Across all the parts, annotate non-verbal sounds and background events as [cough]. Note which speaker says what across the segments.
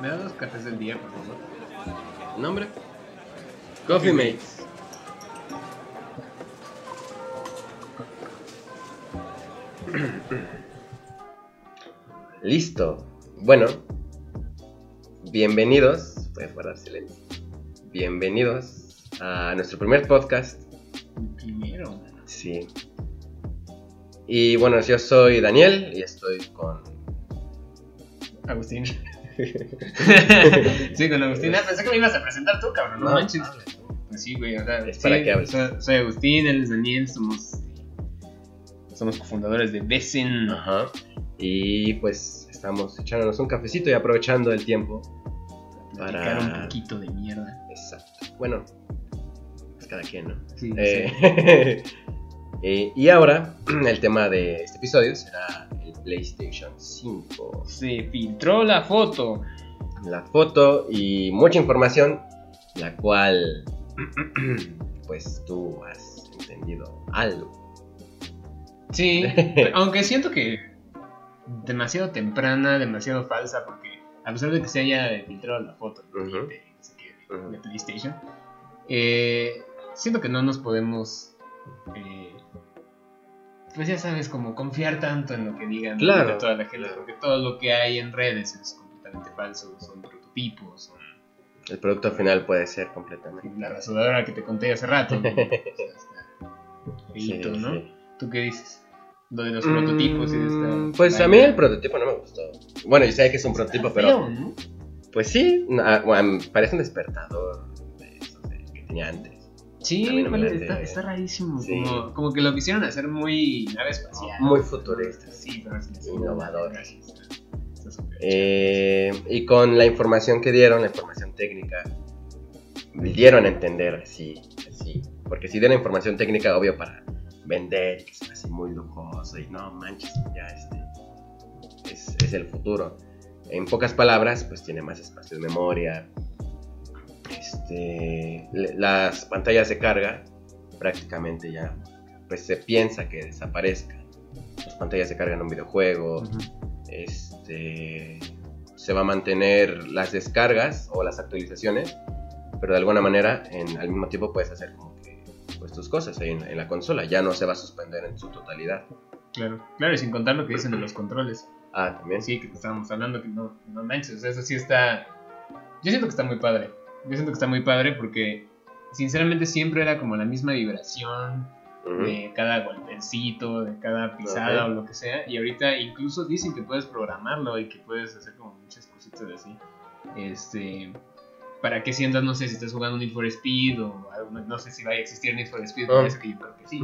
Speaker 1: Me das los cafés del día, por favor.
Speaker 2: ¿Nombre? Coffee Mates. [clears throat] Listo. Bueno, bienvenidos. Puedes guardar silencio. Bienvenidos a nuestro primer podcast.
Speaker 1: Primero.
Speaker 2: Sí. Y bueno, yo soy Daniel y estoy con.
Speaker 1: [laughs] Agustín. sí, con Agustín. Ah, pensé que me ibas a presentar tú, cabrón. No, manches. Pues sí, güey. O sea,
Speaker 2: Es
Speaker 1: sí,
Speaker 2: para que hables.
Speaker 1: Soy, soy Agustín, él es Daniel, somos. Somos cofundadores de Besen.
Speaker 2: Ajá. Y pues estamos echándonos un cafecito y aprovechando el tiempo
Speaker 1: Platicar un
Speaker 2: para.
Speaker 1: poquito de mierda.
Speaker 2: Exacto. Bueno, pues cada quien, ¿no?
Speaker 1: Sí, sí.
Speaker 2: Eh, [laughs] eh, y ahora, [clears throat] el tema de este episodio será el PlayStation 5.
Speaker 1: Se filtró la foto.
Speaker 2: La foto y mucha información, la cual, [clears throat] pues tú has entendido algo. [laughs]
Speaker 1: Sí, aunque siento que demasiado temprana, demasiado falsa, porque a pesar de que se haya filtrado la foto ¿no?
Speaker 2: Ujú.
Speaker 1: de, no sé qué, de-
Speaker 2: Ujú.
Speaker 1: de PlayStation, eh, siento que no nos podemos, eh, pues ya sabes, como confiar tanto en lo que digan
Speaker 2: Claro.
Speaker 1: de toda la gente, porque todo lo que hay en redes es completamente falso, son prototipos, son
Speaker 2: El producto final puede ser completamente.
Speaker 1: la razonadora que te conté hace rato.
Speaker 2: [laughs]
Speaker 1: ¿no? O sea, está
Speaker 2: Sí,
Speaker 1: feíto, ¿no?
Speaker 2: sí.
Speaker 1: ¿Tú qué dices? Lo de los prototipos y de este
Speaker 2: Mm,
Speaker 1: esta.
Speaker 2: Pues a mí el prototipo no me gustó. Bueno, yo sé que es un
Speaker 1: Está
Speaker 2: prototipo,
Speaker 1: feo,
Speaker 2: pero.
Speaker 1: ¿no?
Speaker 2: Pues sí, no, ah, bueno, parece un despertador de esos de- que tenía antes.
Speaker 1: Sí,
Speaker 2: A mí no me
Speaker 1: vale,
Speaker 2: late.
Speaker 1: está, está rarísimo.
Speaker 2: Sí.
Speaker 1: Como, como que lo quisieron hacer muy nave espacial.
Speaker 2: Muy futurista.
Speaker 1: Sí, pero es
Speaker 2: Innovador.
Speaker 1: Está súper
Speaker 2: Eh, y con la información que dieron, la información técnica, dieron a entender así, así. Porque si dieron información técnica, obvio, para vender, que es así muy lujoso y no manches, ya este es, es el futuro. En pocas palabras, pues tiene más espacio de memoria. Este, le- las pantallas de carga prácticamente ya, pues se piensa que desaparezcan. Las pantallas de carga en un videojuego,
Speaker 1: chido.
Speaker 2: este, se va a mantener las descargas o las actualizaciones, pero de alguna manera en, al mismo tiempo puedes hacer como que, pues, tus cosas ahí en, en la consola. Ya no se va a suspender en su totalidad.
Speaker 1: Claro, claro, y sin contar lo que dicen de los controles.
Speaker 2: Ah, también.
Speaker 1: Sí, que te estábamos hablando, que no, no manches. o sea, eso sí está. Yo siento que está muy padre. Yo siento que está muy padre porque, sinceramente, siempre era como la misma vibración.
Speaker 2: Ujú.
Speaker 1: de cada golpecito, de cada pisada
Speaker 2: Ajá.
Speaker 1: o lo que sea. Y ahorita incluso dicen que puedes programarlo y que puedes hacer como muchas cositas así. Este. Para que sientas, no sé, si estás jugando Need for Speed o algo, no- no sé si va a existir Need for Speed,
Speaker 2: Ah.
Speaker 1: parece que yo creo que sí.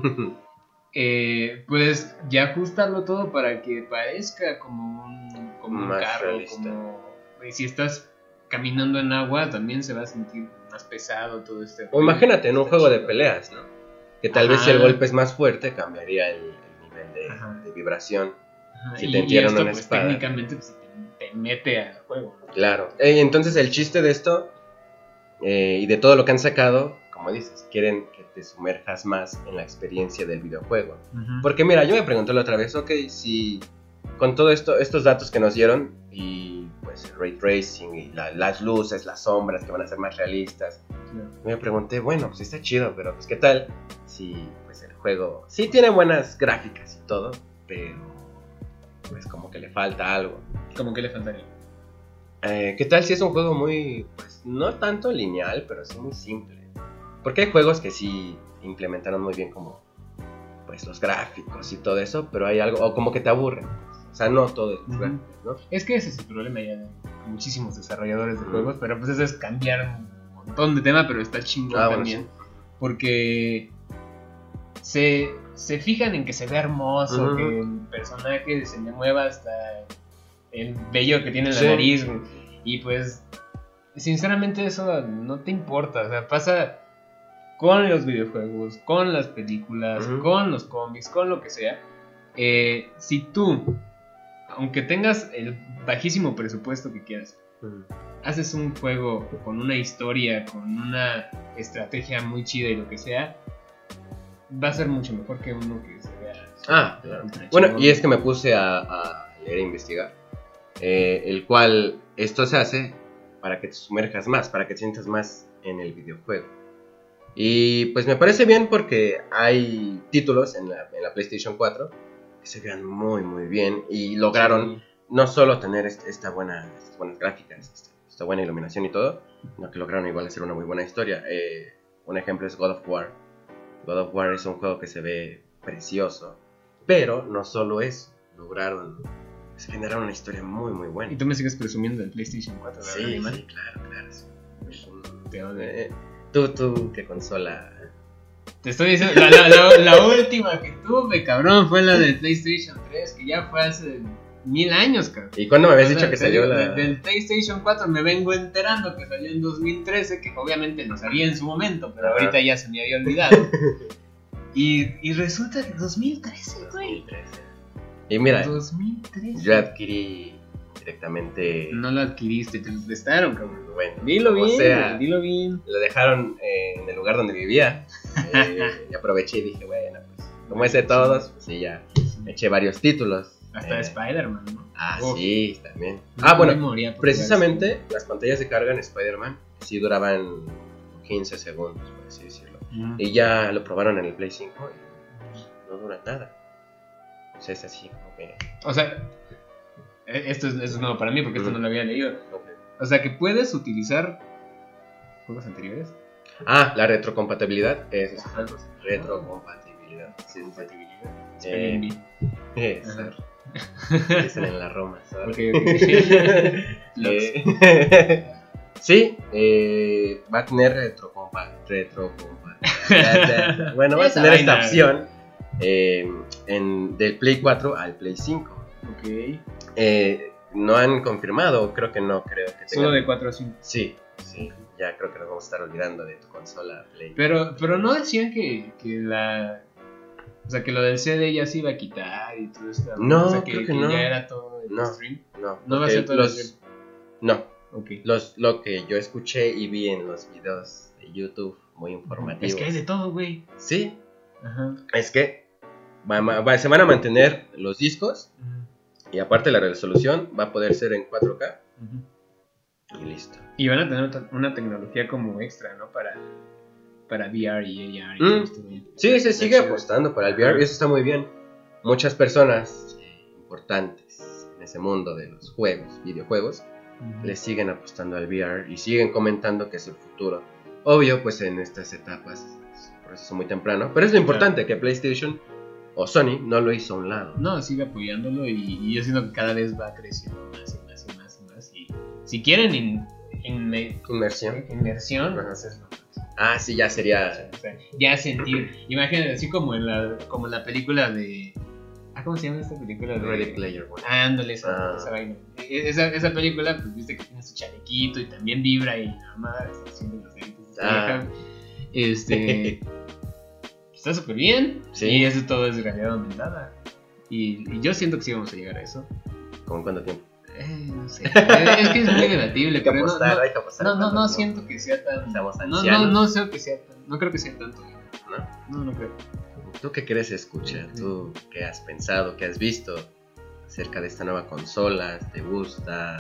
Speaker 1: Eh, pues ya ajustarlo todo para que parezca como un, como un
Speaker 2: Más
Speaker 1: carro,
Speaker 2: realista.
Speaker 1: como... Y si estás caminando en agua, también se va a sentir más pesado todo este...
Speaker 2: [laughs] o imagínate en un
Speaker 1: Está
Speaker 2: juego de
Speaker 1: chido.
Speaker 2: peleas, ¿no? Que tal vez si
Speaker 1: Ajá.
Speaker 2: el golpe es más fuerte, cambiaría el, el nivel
Speaker 1: Ajá.
Speaker 2: de, de vibración.
Speaker 1: Ajá,
Speaker 2: Si
Speaker 1: y,
Speaker 2: te
Speaker 1: y
Speaker 2: entierran
Speaker 1: esto,
Speaker 2: una
Speaker 1: pues,
Speaker 2: espada.
Speaker 1: técnicamente pues, te, te mete al juego. ¿no?
Speaker 2: Claro. Eh, entonces el chiste de esto eh, y de todo lo que han sacado, como dices, quieren que te sumerjas más en la experiencia del videojuego. Porque mira, yo me pregunté la otra vez, ok, si con todo esto, estos datos que nos dieron, y pues el ray tracing, y la- las luces, las sombras que van a ser más realistas,
Speaker 1: Claro.
Speaker 2: me pregunté, bueno, pues está chido, pero pues qué tal si pues el juego sí tiene buenas gráficas y todo, pero pues como que le falta algo.
Speaker 1: Como que le faltaría.
Speaker 2: Eh, ¿Qué tal si es un juego muy, pues no tanto lineal, pero sí muy simple? Porque hay juegos que sí implementaron muy bien como, pues los gráficos y todo eso, pero hay algo, o como que te aburren. O sea, no todo es
Speaker 1: Ujú.
Speaker 2: gráficos, ¿no?
Speaker 1: Es que ese es el problema ya de muchísimos desarrolladores de
Speaker 2: Ujú.
Speaker 1: juegos, pero pues eso es cambiar un montón de tema, pero está chingón
Speaker 2: Ah, bueno,
Speaker 1: también. Porque se, se fijan en que se ve hermoso,
Speaker 2: Ujú.
Speaker 1: que el personaje se le mueva hasta el vello que tiene en la
Speaker 2: Sí.
Speaker 1: nariz, güey. Y pues, sinceramente, eso no te importa. O sea, pasa con los videojuegos, con las películas,
Speaker 2: Ujú.
Speaker 1: con los cómics, con lo que sea. Eh, si tú, aunque tengas el bajísimo presupuesto que quieras,
Speaker 2: Mm.
Speaker 1: haces un juego con una historia, con una estrategia muy chida y lo que sea, va a ser mucho mejor que uno que se vea.
Speaker 2: Ah, claro. Bueno, y es que me puse a, a leer e investigar, eh, el cual esto se hace para que te sumerjas más, para que te sientas más en el videojuego. Y pues me parece bien porque hay títulos en la, en la PlayStation 4 que se vean muy muy bien y lograron no solo tener est- esta buena, estas buenas gráficas, esta, esta buena iluminación y todo, sino que lograron igual hacer una muy buena historia. Eh, un ejemplo es God of War. God of War es un juego que se ve precioso, pero no solo eso, lograron pues, generar una historia muy muy buena.
Speaker 1: Y tú me sigues presumiendo del PlayStation 4, ¿verdad,
Speaker 2: Sí,
Speaker 1: animal?
Speaker 2: sí, claro, claro. es un- es un-
Speaker 1: Pues, Te odio.
Speaker 2: eh, Tú, tú, qué consola.
Speaker 1: Te estoy diciendo, la, la- la- la última que tuve, cabrón, fue la del PlayStation 3, que ya fue hace mil años, cabrón.
Speaker 2: ¿Y cuándo me habías
Speaker 1: O sea,
Speaker 2: dicho que
Speaker 1: te
Speaker 2: salió
Speaker 1: digo,
Speaker 2: la.?
Speaker 1: de- Del PlayStation 4 me vengo enterando que salió en 2013, que obviamente lo sabía en su momento, pero
Speaker 2: Ajá.
Speaker 1: ahorita ya se me había olvidado.
Speaker 2: [laughs]
Speaker 1: y, y resulta que 2013, güey.
Speaker 2: 2013. Y mira,
Speaker 1: 2013.
Speaker 2: yo adquirí directamente.
Speaker 1: No lo adquiriste, te lo prestaron, cabrón.
Speaker 2: Bueno,
Speaker 1: Dilo bien,
Speaker 2: O sea,
Speaker 1: güey, dilo bien.
Speaker 2: lo dejaron eh, en el lugar
Speaker 1: [laughs]
Speaker 2: donde vivía. eh, y aproveché y dije, bueno, pues. Como es de todos, pues sí, ya. Me eché varios títulos.
Speaker 1: Hasta
Speaker 2: Eh,
Speaker 1: Spider-Man, ¿no?
Speaker 2: Ah,
Speaker 1: Uf.
Speaker 2: sí, también.
Speaker 1: No
Speaker 2: Ah,
Speaker 1: me
Speaker 2: bueno,
Speaker 1: moría por jugar
Speaker 2: precisamente las pantallas de carga en Spider-Man sí duraban 15 segundos, por así decirlo.
Speaker 1: eso. Ujú.
Speaker 2: Y ya lo probaron en el Play 5 y pues, no dura nada. O sea, es así como que.
Speaker 1: O sea, eh, esto es, esto es nuevo para mí porque esto no lo había leído.
Speaker 2: como que-
Speaker 1: O sea, que puedes utilizar juegos anteriores.
Speaker 2: Ah, la retrocompatibilidad es es otra
Speaker 1: Ajá.
Speaker 2: cosa. Retrocompatibilidad. Sí, sí, sí.
Speaker 1: Spelling bee.
Speaker 2: Eh,
Speaker 1: [laughs] Ajá.
Speaker 2: ser- Dicen en la Roma, ¿sabes?
Speaker 1: Ok, ok. Lux.
Speaker 2: [laughs] Eh, [laughs] sí, eh, va a tener retrocompa. retrocompatibilidad. bueno, va a
Speaker 1: [laughs] Esa
Speaker 2: tener esta
Speaker 1: vaina.
Speaker 2: opción eh, en, del Play 4 al Play 5.
Speaker 1: Ok.
Speaker 2: Eh, no han confirmado, creo que no, creo que
Speaker 1: Solo
Speaker 2: tengan
Speaker 1: de 4 a 5.
Speaker 2: Sí, sí, ya creo que nos vamos a estar olvidando de tu consola Play.
Speaker 1: Pero, pero no decían que, que la. O sea, que lo del CD ya se iba a quitar y todo esto.
Speaker 2: No,
Speaker 1: o sea,
Speaker 2: creo que no.
Speaker 1: ya era todo el
Speaker 2: No.
Speaker 1: stream.
Speaker 2: no,
Speaker 1: No va a
Speaker 2: porque
Speaker 1: ser todo el
Speaker 2: los,
Speaker 1: stream.
Speaker 2: no,
Speaker 1: Ok.
Speaker 2: los, lo que yo escuché y vi en los videos de YouTube muy informativos.
Speaker 1: Es que hay de todo, güey.
Speaker 2: Sí,
Speaker 1: Ajá.
Speaker 2: es que va- va- se van a mantener los discos
Speaker 1: Ujú,
Speaker 2: y aparte la resolución va a poder ser en 4K
Speaker 1: ujú.
Speaker 2: y listo.
Speaker 1: Y van a tener otra- una tecnología como extra, ¿no? Para, para VR y AR. y
Speaker 2: Mm.
Speaker 1: todo esto, güey.
Speaker 2: Sí, se
Speaker 1: Está
Speaker 2: sigue
Speaker 1: chido.
Speaker 2: apostando para el VR y eso está muy bien. Muchas personas eh, importantes en ese mundo de los juegos, videojuegos,
Speaker 1: Ujú.
Speaker 2: le siguen apostando al VR y siguen comentando que es el futuro. Obvio, pues en estas etapas es un proceso muy temprano, pero es lo importante que PlayStation o Sony no lo hizo a un lado.
Speaker 1: No, sigue apoyándolo y, y yo siento que cada vez va creciendo más y más y más y más. Y si quieren in- inme-
Speaker 2: Inmersión.
Speaker 1: inmersión,
Speaker 2: Ajá.
Speaker 1: pues es lo máximo.
Speaker 2: Ah, sí, ya sería.
Speaker 1: O sea, ya sentir. Imagínate, así como en la, como en la película de. Ah, ¿cómo se llama esta película? De...
Speaker 2: Ready Player One.
Speaker 1: Ah, ándale, esa,
Speaker 2: Ah.
Speaker 1: esa vaina. E- Esa, esa película, pues viste que tiene su chalequito y también vibra y nada más está haciendo los deditos. se
Speaker 2: Ah.
Speaker 1: alejan.
Speaker 2: [laughs]
Speaker 1: Este. está súper bien.
Speaker 2: Sí.
Speaker 1: Y eso todo es realidad aumentada. Y, y yo siento que sí vamos a llegar a eso.
Speaker 2: ¿Con cuánto tiempo?
Speaker 1: Eh, no
Speaker 2: [laughs]
Speaker 1: sé. es que es muy debatible,
Speaker 2: Hay que
Speaker 1: pero no-
Speaker 2: apostar,
Speaker 1: no,
Speaker 2: hay que apostar.
Speaker 1: no, no,
Speaker 2: ¿Cuánto
Speaker 1: no
Speaker 2: tiempo?
Speaker 1: siento que sea tan.
Speaker 2: Estamos
Speaker 1: No, no,
Speaker 2: ancianos.
Speaker 1: no, sé que sea tan- no creo que sea tanto. No, no creo.
Speaker 2: ¿Tú qué crees, escucha? ¿Tú qué has pensado, qué has visto acerca de esta nueva consola? ¿Te gusta?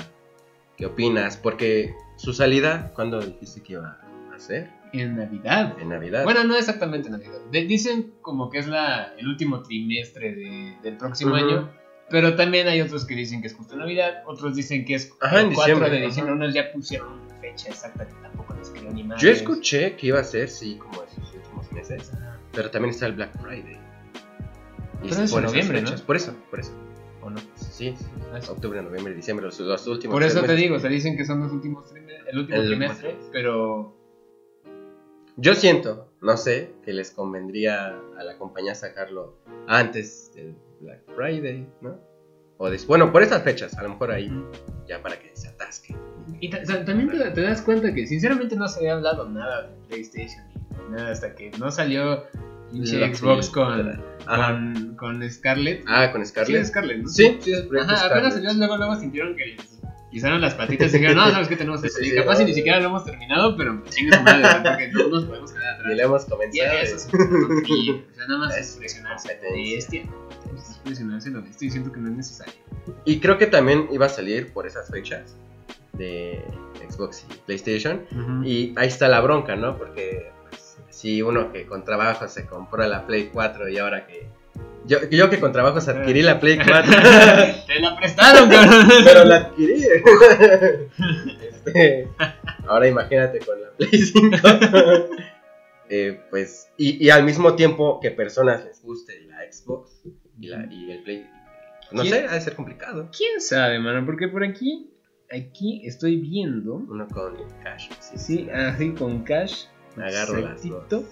Speaker 2: ¿Qué opinas? Porque su salida, ¿cuándo dijiste que iba a ser?
Speaker 1: En Navidad.
Speaker 2: En Navidad.
Speaker 1: Bueno, no exactamente Navidad. De- dicen como que es la, el último trimestre de- del próximo
Speaker 2: Ujú.
Speaker 1: año. Pero también hay otros que dicen que es justo Navidad. Otros dicen que es
Speaker 2: Ajá, en
Speaker 1: el 4
Speaker 2: diciembre,
Speaker 1: de diciembre.
Speaker 2: ajá.
Speaker 1: Unos ya pusieron una fecha exacta que tampoco les creo ni más.
Speaker 2: Yo escuché que iba a ser, sí, como en sus últimos meses. Pero también está el Black Friday.
Speaker 1: Pero es en
Speaker 2: por esas
Speaker 1: noviembre, ¿no?
Speaker 2: fechas. Por eso, por eso.
Speaker 1: ¿O no?
Speaker 2: Sí, sí.
Speaker 1: Ah, sí.
Speaker 2: octubre, noviembre, diciembre, los, los últimos
Speaker 1: Por eso
Speaker 2: tres
Speaker 1: te
Speaker 2: meses.
Speaker 1: digo, o sea, dicen que son los últimos trimestres, el último
Speaker 2: El último
Speaker 1: trimestre,
Speaker 2: trimestre.
Speaker 1: pero
Speaker 2: Yo siento, no sé, que les convendría a la compañía sacarlo antes del Black Friday, ¿no? O des- Bueno, por estas fechas, a lo mejor ahí, ya para que se atasque.
Speaker 1: Y ta- o sea, también te, te das cuenta que sinceramente no se había hablado nada de PlayStation ni nada hasta que no salió pinche
Speaker 2: Sí,
Speaker 1: Xbox
Speaker 2: sí,
Speaker 1: con,
Speaker 2: ¿verdad? Ajá.
Speaker 1: con, con Scarlett.
Speaker 2: Ah, con
Speaker 1: Sí,
Speaker 2: Scarlett.
Speaker 1: es Scarlett, ¿no?
Speaker 2: Sí, Pues sí, es proyecto
Speaker 1: Ajá, apenas
Speaker 2: Scarlett.
Speaker 1: salió, luego, luego sintieron que les pisaron las patitas y dijeron, no, sabes que tenemos que
Speaker 2: Sí, sí,
Speaker 1: salir. Capaz
Speaker 2: sí.
Speaker 1: y ni siquiera lo hemos terminado, pero pues, chingue su madre, ¿verdad? porque no nos podemos quedar
Speaker 2: Y
Speaker 1: atrás.
Speaker 2: le hemos
Speaker 1: Y
Speaker 2: comenzado.
Speaker 1: eso es una tontería. O sea, nada más
Speaker 2: Es
Speaker 1: es presionarse a la
Speaker 2: competencia.
Speaker 1: bestia. Es presionarse a la bestia y siento que no es necesario.
Speaker 2: Y creo que también iba a salir por esas fechas de Xbox y PlayStation.
Speaker 1: Ujú.
Speaker 2: Y ahí está la bronca, ¿no? Porque pues, si uno que con trabajo se compró la Play 4 y ahora que... Yo, yo que con trabajos adquirí la Play [laughs] 4,
Speaker 1: Te la prestaron, cabrón. [laughs]
Speaker 2: pero la adquirí. Este, ahora imagínate con la Play 5. [laughs] Eh, pues, y, y al mismo tiempo que personas les guste la Xbox y, la, y el Play... No
Speaker 1: ¿Quién?
Speaker 2: sé, ha de ser complicado.
Speaker 1: ¿Quién sabe, mano? Porque por aquí, aquí estoy viendo.
Speaker 2: Uno con cash. Sí,
Speaker 1: Sí, así con cash.
Speaker 2: Agarro las
Speaker 1: Exactito.
Speaker 2: dos.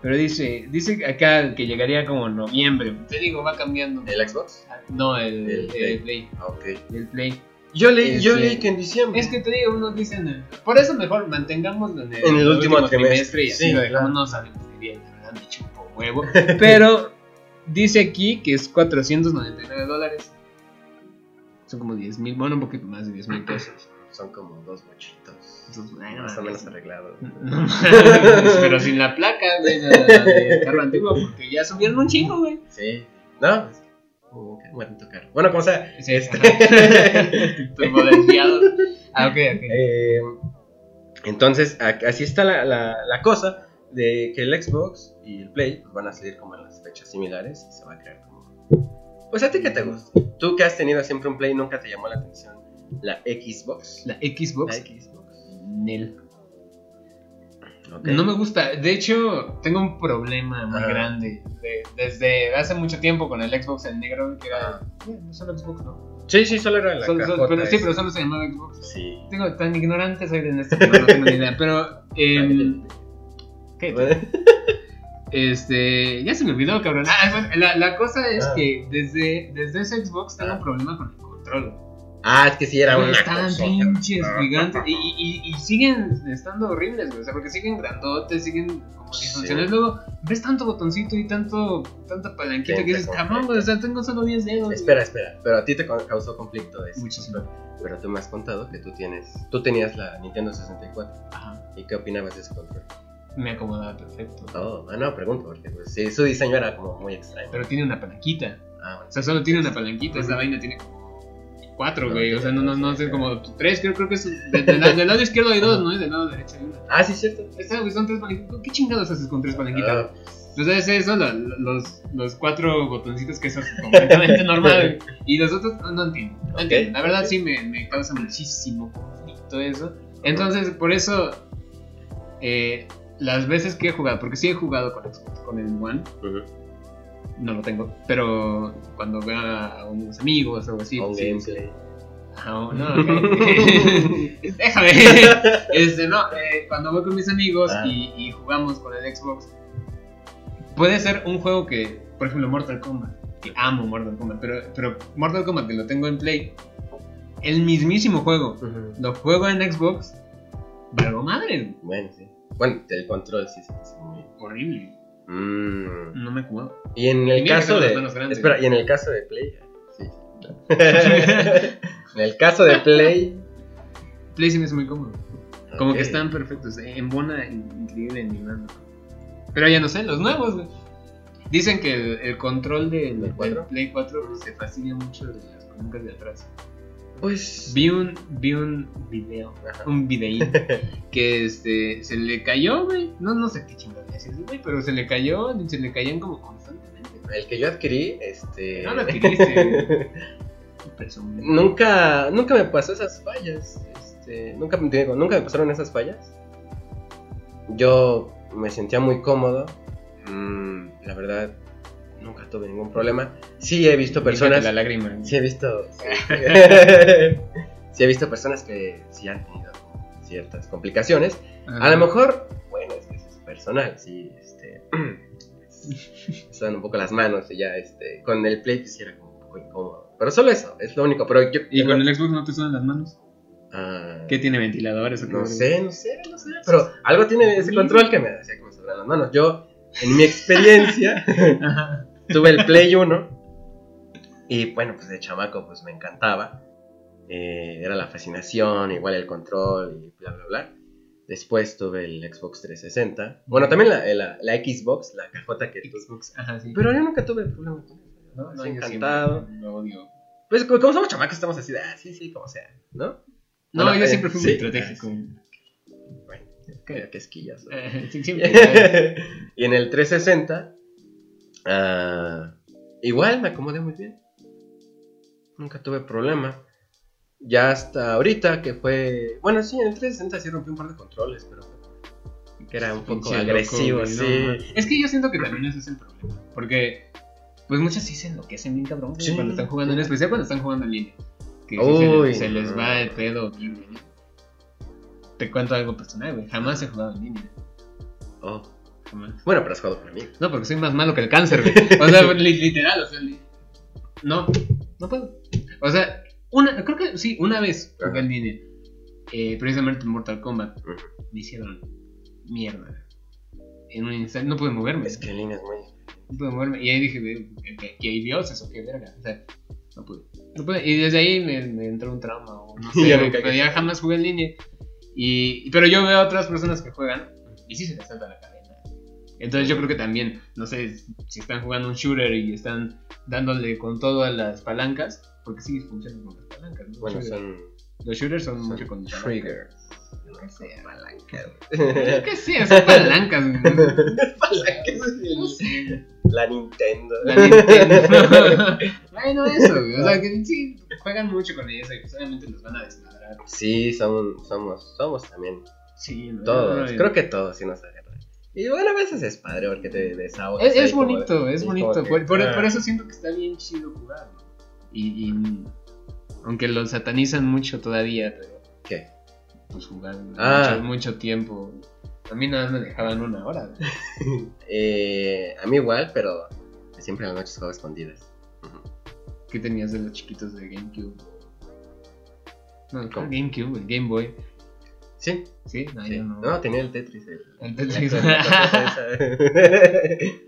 Speaker 1: Pero dice, dice acá que llegaría como en noviembre. Te digo, va cambiando.
Speaker 2: ¿El Xbox?
Speaker 1: No, el,
Speaker 2: El
Speaker 1: el
Speaker 2: Play.
Speaker 1: Play.
Speaker 2: Ah, Ok.
Speaker 1: El Play.
Speaker 2: Yo leí, yo
Speaker 1: Este,
Speaker 2: leí que en diciembre.
Speaker 1: Es que te digo, unos dicen. eh, Por eso mejor mantengámoslo en el,
Speaker 2: En el último trimestre,
Speaker 1: y así
Speaker 2: sí,
Speaker 1: lo
Speaker 2: claro.
Speaker 1: dejamos a librería, la verdad, me chupo huevo. [laughs] Pero dice aquí que es 499 dólares. Son como 10 mil, bueno, un poquito más de 10 mil pesos.
Speaker 2: Son como dos bochitos.
Speaker 1: Entonces, bueno,
Speaker 2: Más o menos
Speaker 1: es- [laughs]
Speaker 2: arreglados.
Speaker 1: No mames, Pero sin la placa, güey, la- la de carro antiguo, porque ya subieron un chingo, güey.
Speaker 2: Sí. ¿No? pues, como que Bueno, tocar. Bueno, como sea.
Speaker 1: Sí,
Speaker 2: [laughs]
Speaker 1: ajá. Turbo desviado. Ah, ok, ok.
Speaker 2: eh, entonces, a- así está la, la- la cosa de que el Xbox y el Play pues, van a salir como en las fechas similares y se va a crear como... Pues a ti que te gusta. Tú que has tenido siempre un Play, nunca te llamó la atención la Xbox.
Speaker 1: La Xbox.
Speaker 2: Xbox.
Speaker 1: Nel.
Speaker 2: Ok. Ah.
Speaker 1: No me gusta. De hecho, tengo un problema muy
Speaker 2: Ajá.
Speaker 1: grande. de- desde hace mucho tiempo con el Xbox en negro, que era.
Speaker 2: Ah,
Speaker 1: Bueno, no solo Xbox, no.
Speaker 2: Sí, sí, solo era la
Speaker 1: Solo- solo-
Speaker 2: cajota
Speaker 1: pero, sí,
Speaker 2: esa.
Speaker 1: pero solo se llamaba Xbox.
Speaker 2: Sí.
Speaker 1: Tengo tan ignorante soy en esto que no tengo ni idea.
Speaker 2: [laughs]
Speaker 1: Pero. em, ¿Qué? Este, ya se me olvidó, cabrón. Ah, bueno, la, la cosa es
Speaker 2: Ah.
Speaker 1: que desde, desde ese Xbox tengo
Speaker 2: Ah.
Speaker 1: un problema con el control.
Speaker 2: Ah, es que sí era una Ah.
Speaker 1: Estaban
Speaker 2: cosota.
Speaker 1: pinches gigantes y, y- y- y siguen estando horribles, güey. O sea, porque siguen grandotes, siguen como
Speaker 2: Sí.
Speaker 1: disfuncionales. Luego ves tanto botoncito y tanto tanta palanquita
Speaker 2: Sí,
Speaker 1: que
Speaker 2: te
Speaker 1: dices, cabrón, güey, o sea, tengo solo 10 dedos. güey".
Speaker 2: Espera, espera, pero a ti te co- causó conflicto eso.
Speaker 1: Muchísimo.
Speaker 2: Pero tú me has contado que tú tienes, tú tenías la Nintendo 64.
Speaker 1: Ajá.
Speaker 2: ¿Y qué opinabas de ese control?
Speaker 1: Me acomodaba perfecto.
Speaker 2: Oh, ah, no, pregunto, porque pues, sí, su diseño era como muy extraño.
Speaker 1: Pero tiene una palanquita.
Speaker 2: Ah, bueno,
Speaker 1: O sea, solo tiene una palanquita, esa
Speaker 2: Ujú.
Speaker 1: vaina tiene como cuatro,
Speaker 2: No,
Speaker 1: güey. O sea, no, no, no,
Speaker 2: sí,
Speaker 1: sé,
Speaker 2: sí.
Speaker 1: como tres, creo, creo que es. de- de la- Del lado izquierdo hay dos, ¿no? Y del lado derecho hay una.
Speaker 2: Ah, sí, cierto.
Speaker 1: Esta, güey, son tres palanquitas. ¿Qué chingados haces con tres palanquitas?
Speaker 2: Ah,
Speaker 1: Entonces, eso, la- la- los, los cuatro botoncitos que eso es
Speaker 2: [laughs]
Speaker 1: completamente normal. güey. Y los otros, no, no entiendo. no
Speaker 2: Ok,
Speaker 1: entiendo. La verdad,
Speaker 2: ok.
Speaker 1: sí me, me causa muchísimo conflicto eso. Entonces, por eso, eh, las veces que he jugado, porque sí he jugado con, Xbox- con el One,
Speaker 2: ujú.
Speaker 1: no lo tengo, pero cuando veo a unos amigos o algo así,
Speaker 2: Con
Speaker 1: sí,
Speaker 2: [laughs] gameplay. [laughs]
Speaker 1: no, no, [laughs] déjame. Este, no, eh, cuando voy con mis amigos
Speaker 2: Ah.
Speaker 1: y, y jugamos con el Xbox, puede ser un juego que, por ejemplo, Mortal Kombat, que amo Mortal Kombat, pero, pero Mortal Kombat que lo tengo en Play, el mismísimo juego,
Speaker 2: Ujú.
Speaker 1: lo juego en Xbox, valgo madre,
Speaker 2: Bueno, sí. Bueno, el control sí se hace muy bien.
Speaker 1: horrible,
Speaker 2: Mm.
Speaker 1: no me acomodo.
Speaker 2: Y en
Speaker 1: Y
Speaker 2: el
Speaker 1: mira que
Speaker 2: caso
Speaker 1: son las
Speaker 2: de.
Speaker 1: manos grandes.
Speaker 2: Espera, y en el caso de Play. Sí. [laughs] en el caso de Play.
Speaker 1: Play sí me es muy cómodo. Como que
Speaker 2: ok.
Speaker 1: están perfectos. eh, Embona in- increíble en mi mano. Pero ya no sé, los nuevos, güey. Dicen que el, el control del,
Speaker 2: ¿Del cuatro?
Speaker 1: del Play 4 se fastidia mucho de las columnas de atrás.
Speaker 2: Pues.
Speaker 1: Vi un, vi un video,
Speaker 2: Ajá.
Speaker 1: un videíto,
Speaker 2: [laughs]
Speaker 1: que este, se le cayó, güey. No, no sé qué chingada es ese, güey, pero se le cayó, se le caían como constantemente.
Speaker 2: El que yo adquirí, este.
Speaker 1: No lo adquiriste. presumido.
Speaker 2: [laughs] nunca, nunca me pasó esas fallas. Este, nunca, me- digo, nunca me pasaron esas fallas. Yo me sentía muy cómodo. Mm, la verdad, nunca tuve ningún problema. Sí he visto personas.
Speaker 1: Límpiate La lágrima.
Speaker 2: Sí he visto. Sí,
Speaker 1: [laughs]
Speaker 2: [laughs] Sí he visto personas que sí han tenido ciertas complicaciones.
Speaker 1: Ajá.
Speaker 2: A lo mejor, bueno, es que eso es personal, sí, este. [clears throat] Son un poco las manos y ya, este. Con el play pues, sí era como un poco incómodo. Pero solo eso, es lo único. Pero yo.
Speaker 1: ¿Y con el Xbox no te suenan las manos?
Speaker 2: Ah,
Speaker 1: ¿Qué tiene ventiladores? o qué
Speaker 2: no
Speaker 1: verga?
Speaker 2: sé, no sé, no sé. Pero algo tiene ese control que me hacía que me sobraran las manos. Yo, en mi experiencia,
Speaker 1: Ajá.
Speaker 2: tuve el Play 1. Y bueno, pues de chamaco, pues me encantaba. Eh, era la fascinación, igual el control y bla, bla, bla. Después tuve el Xbox 360. Bueno, también la, eh, la, la Xbox, la cajota que tuve.
Speaker 1: Xbox, ajá, sí.
Speaker 2: Pero yo nunca tuve problema con eso.
Speaker 1: no, no,
Speaker 2: Así
Speaker 1: yo
Speaker 2: encantado.
Speaker 1: siempre Lo odio.
Speaker 2: Pues como como somos chamacos, estamos así de, ah, sí, sí, como sea, ¿no?
Speaker 1: No,
Speaker 2: Bueno,
Speaker 1: yo
Speaker 2: eh,
Speaker 1: siempre fui
Speaker 2: sí.
Speaker 1: muy estratégico.
Speaker 2: Que, que esquillas. ¿no?
Speaker 1: Eh, [laughs] sí,
Speaker 2: [laughs]
Speaker 1: siempre.
Speaker 2: y en el 360, ah, igual me acomodé muy bien. Nunca tuve problema. Ya hasta ahorita que fue. Bueno, sí, en el 360 sí rompí un par de controles, pero fue- que era un poco
Speaker 1: Pinche loco,
Speaker 2: agresivo,
Speaker 1: güey, no,
Speaker 2: sí.
Speaker 1: man. Es que yo siento que también ese es el problema. Porque, pues muchos sí se enloquecen bien cabrón güey,
Speaker 2: Sí.
Speaker 1: cuando están jugando, en especial cuando están jugando en línea. Que sí
Speaker 2: Uy,
Speaker 1: se, se les
Speaker 2: no.
Speaker 1: va el pedo bien, güey. Te cuento algo personal, güey. Jamás he jugado en línea.
Speaker 2: Oh,
Speaker 1: Jamás.
Speaker 2: Bueno, pero has jugado conmigo.
Speaker 1: No, porque soy más malo que el cáncer, güey. O sea, li- literal, o sea, li- no, no puedo. O sea, una, creo que sí, una vez
Speaker 2: Ajá.
Speaker 1: jugué en línea, eh, precisamente en Mortal Kombat,
Speaker 2: Ujú.
Speaker 1: me hicieron mierda. En un instante, no pude moverme,
Speaker 2: Es que en línea es muy.
Speaker 1: no pude moverme. Y ahí dije, güey, que aquí hay dioses o qué verga. O sea, no pude. No pude. Y desde ahí me, me entró un trauma o
Speaker 2: [laughs]
Speaker 1: no sé,
Speaker 2: Ya
Speaker 1: güey,
Speaker 2: nunca
Speaker 1: pero ya jamás jugué en línea. Y, pero yo veo a otras personas que juegan y sí se les salta la cadena. Entonces yo creo que también, no sé, si están jugando un shooter y están dándole con todo a las palancas, porque sí funcionan con las palancas. ¿no?
Speaker 2: Bueno,
Speaker 1: Los shooters-
Speaker 2: son.
Speaker 1: los shooters son,
Speaker 2: son
Speaker 1: mucho con
Speaker 2: triggers.
Speaker 1: palancas. No sé,
Speaker 2: Palanca.
Speaker 1: [laughs] yo qué sé, son palancas.
Speaker 2: [laughs]
Speaker 1: güey. No
Speaker 2: Palanca.
Speaker 1: sé,
Speaker 2: [laughs] La Nintendo.
Speaker 1: la Nintendo. bueno, eso, güey. O sea, que sí, juegan mucho con ellas y pues obviamente los van a desmadrar.
Speaker 2: Sí, son, somos, somos también.
Speaker 1: Sí, no, no,
Speaker 2: Todos.
Speaker 1: no,
Speaker 2: Creo que todos sí nos agarran. Y bueno, a veces es padre porque te desahogas.
Speaker 1: Es,
Speaker 2: ahí
Speaker 1: es
Speaker 2: como de-
Speaker 1: bonito, es
Speaker 2: sí,
Speaker 1: bonito.
Speaker 2: como que,
Speaker 1: Por, por-
Speaker 2: ah,
Speaker 1: por eso siento que está bien chido jugar. ¿no? Y, y aunque lo satanizan mucho todavía, pero
Speaker 2: ¿Qué?
Speaker 1: pues jugaron
Speaker 2: Ah.
Speaker 1: mucho, mucho tiempo. A mí nada más me dejaban una hora. ¿no?
Speaker 2: Eh, a mí igual, pero siempre en las noches juego a escondidas. Ujú.
Speaker 1: ¿Qué tenías de los chiquitos de GameCube? No,
Speaker 2: ¿Cómo?
Speaker 1: GameCube, el Game Boy.
Speaker 2: Sí,
Speaker 1: Sí, no,
Speaker 2: sí.
Speaker 1: yo
Speaker 2: No.
Speaker 1: no.
Speaker 2: tenía el Tetris.
Speaker 1: [laughs]
Speaker 2: el-
Speaker 1: El Tetris.
Speaker 2: la cosa esa.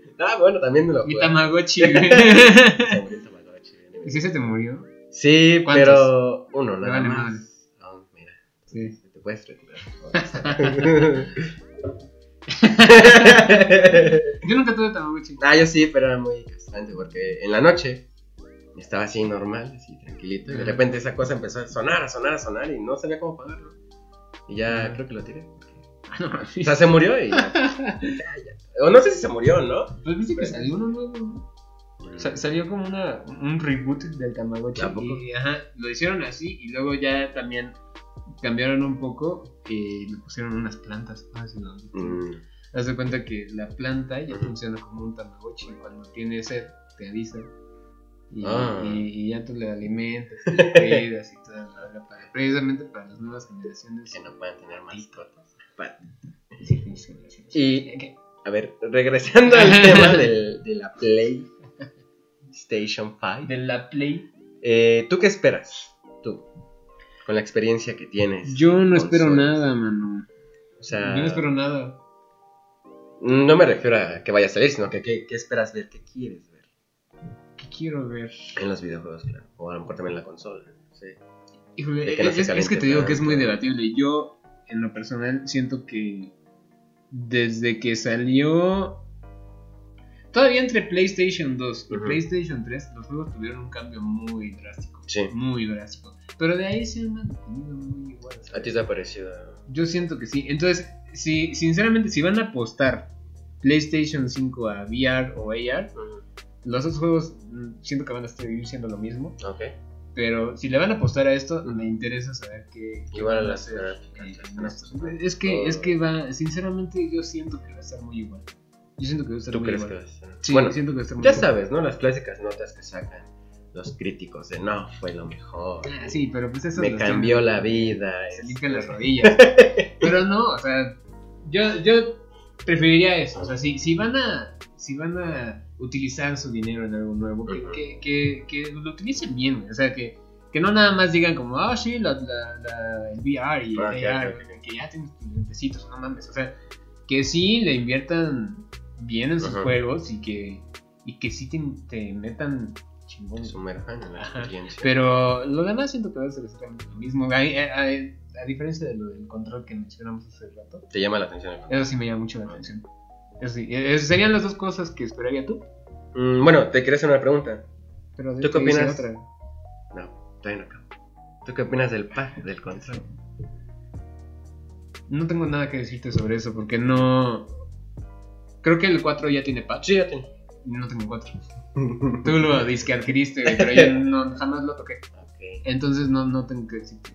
Speaker 2: [laughs] ah, bueno, también me lo
Speaker 1: Mi
Speaker 2: jugué. [laughs]
Speaker 1: Tamagotchi, güey.
Speaker 2: Se murió el Tamagotchi.
Speaker 1: ¿Y si se te murió?
Speaker 2: Sí,
Speaker 1: ¿Cuántos?
Speaker 2: pero uno
Speaker 1: Me
Speaker 2: nada
Speaker 1: vale
Speaker 2: más. No, mira.
Speaker 1: Sí.
Speaker 2: Te puedes recuperar.
Speaker 1: [laughs]
Speaker 2: [laughs] por
Speaker 1: Yo nunca tuve Tamagotchi.
Speaker 2: ah, yo sí, pero era muy castrante porque en la noche estaba así normal, así tranquilito, y de
Speaker 1: Ajá.
Speaker 2: repente esa cosa empezó a sonar, a sonar, a sonar, y no sabía cómo pagarlo. Y ya
Speaker 1: Ajá.
Speaker 2: creo que
Speaker 1: [laughs]
Speaker 2: lo tiré.
Speaker 1: Ah, no,
Speaker 2: O sea, se murió y ya. Ya, ya. O no sé si se murió, ¿no?
Speaker 1: Pues viste que salió uno nuevo, ¿no? Sa- salió como una, un reboot del Tamagotchi.
Speaker 2: ¿A poco?
Speaker 1: Y, ajá, lo hicieron así y luego ya también cambiaron un poco y le pusieron unas plantas. No sé si lo han visto.
Speaker 2: Mm,
Speaker 1: Haz de cuenta que la planta ya
Speaker 2: Ujú.
Speaker 1: funciona como un Tamagotchi. Cuando tiene sed, te avisa. Y,
Speaker 2: Ah.
Speaker 1: y- y ya tú le alimentas, y le cuidas y toda la verga para- precisamente para las nuevas generaciones.
Speaker 2: que no pueden tener mascotas.
Speaker 1: Sí, sí, sí, sí.
Speaker 2: Y-
Speaker 1: ¿Qué?
Speaker 2: A ver, regresando al
Speaker 1: [laughs]
Speaker 2: tema del- de la Play Station 5.
Speaker 1: de la Play
Speaker 2: Eh, ¿Tú qué esperas? Tú, con la experiencia que tienes.
Speaker 1: Yo no espero
Speaker 2: Consolas.
Speaker 1: nada, mano.
Speaker 2: O sea,
Speaker 1: Yo no espero nada.
Speaker 2: no me refiero a que vaya a salir, sino que qué, qué esperas ver, qué quieres ver.
Speaker 1: ¿Qué quiero ver?
Speaker 2: En los videojuegos, claro. O a lo mejor también en la consola. Sí.
Speaker 1: Híjole,
Speaker 2: De que no
Speaker 1: es,
Speaker 2: se
Speaker 1: es- es
Speaker 2: caliente
Speaker 1: que te digo que es muy
Speaker 2: tanto.
Speaker 1: debatible. Yo, en lo personal, siento que desde que salió... Todavía entre PlayStation 2 y
Speaker 2: Ujú.
Speaker 1: PlayStation 3, los juegos tuvieron un cambio muy drástico.
Speaker 2: Sí.
Speaker 1: Muy drástico. Pero de ahí se han mantenido muy iguales.
Speaker 2: ¿A ti te ha parecido?
Speaker 1: Yo siento que sí. Entonces, si, sinceramente, si van a apostar PlayStation 5 a VR o AR,
Speaker 2: Mm,
Speaker 1: los otros juegos mm, siento que van a seguir siendo lo mismo.
Speaker 2: Ok.
Speaker 1: Pero si le van a apostar a esto, me interesa saber qué. qué
Speaker 2: Igual a
Speaker 1: van
Speaker 2: las
Speaker 1: hacer,
Speaker 2: gráficas,
Speaker 1: eh,
Speaker 2: las
Speaker 1: en
Speaker 2: gráficas.
Speaker 1: estos. Es
Speaker 2: Oh.
Speaker 1: que, es que va, sinceramente, yo siento que va a estar muy igual. Yo siento que va a estar
Speaker 2: ¿Tú
Speaker 1: muy
Speaker 2: crees que
Speaker 1: igual.
Speaker 2: va a ser?
Speaker 1: Sí,
Speaker 2: bueno,
Speaker 1: siento que va a estar muy
Speaker 2: ya
Speaker 1: igual.
Speaker 2: sabes, ¿no? Las clásicas notas que sacan los críticos de no, fue lo mejor.
Speaker 1: Ah, sí, pero pues eso
Speaker 2: Me
Speaker 1: lo
Speaker 2: cambió
Speaker 1: tienen.
Speaker 2: la vida.
Speaker 1: Se
Speaker 2: es-
Speaker 1: limpian las
Speaker 2: [laughs]
Speaker 1: rodillas. pero no, o sea, yo, yo preferiría eso. O sea, si, si van a. Si van a utilizar su dinero en algo nuevo, que,
Speaker 2: Ujú.
Speaker 1: que, que, que lo utilicen bien, güey. o sea, que, que no nada más digan como, ah, sí, la, la, la- el VR y el
Speaker 2: Ah,
Speaker 1: AR,
Speaker 2: claro, claro,
Speaker 1: güey, que ya tienen tus lentecitos, no mames, o sea, que sí le inviertan bien en sus
Speaker 2: Ajá.
Speaker 1: juegos y que, y que sí te, te metan chingón.
Speaker 2: Sumerjan en la
Speaker 1: Ajá.
Speaker 2: experiencia.
Speaker 1: Pero lo demás siento que va a ser exactamente lo mismo. A, a- a- a diferencia de lo del control que mencionamos hace rato,
Speaker 2: Te llama la atención el
Speaker 1: eso sí me llama mucho la atención. Eso sí, eh, esas serían las dos cosas que esperaría tú.
Speaker 2: Mm, bueno, te quería hacer una pregunta.
Speaker 1: Pero
Speaker 2: ¿Tú qué
Speaker 1: te hice
Speaker 2: opinas?
Speaker 1: otra.
Speaker 2: No, todavía no acabo. ¿Tú qué opinas del pad, del control?
Speaker 1: No tengo nada que decirte sobre eso porque no. Creo que el 4 ya tiene patch.
Speaker 2: Sí, ya tengo.
Speaker 1: No tengo 4. Tú
Speaker 2: [laughs]
Speaker 1: lo dices que adquiriste, güey, pero yo no, jamás lo toqué.
Speaker 2: Ok.
Speaker 1: Entonces no, no tengo que decirte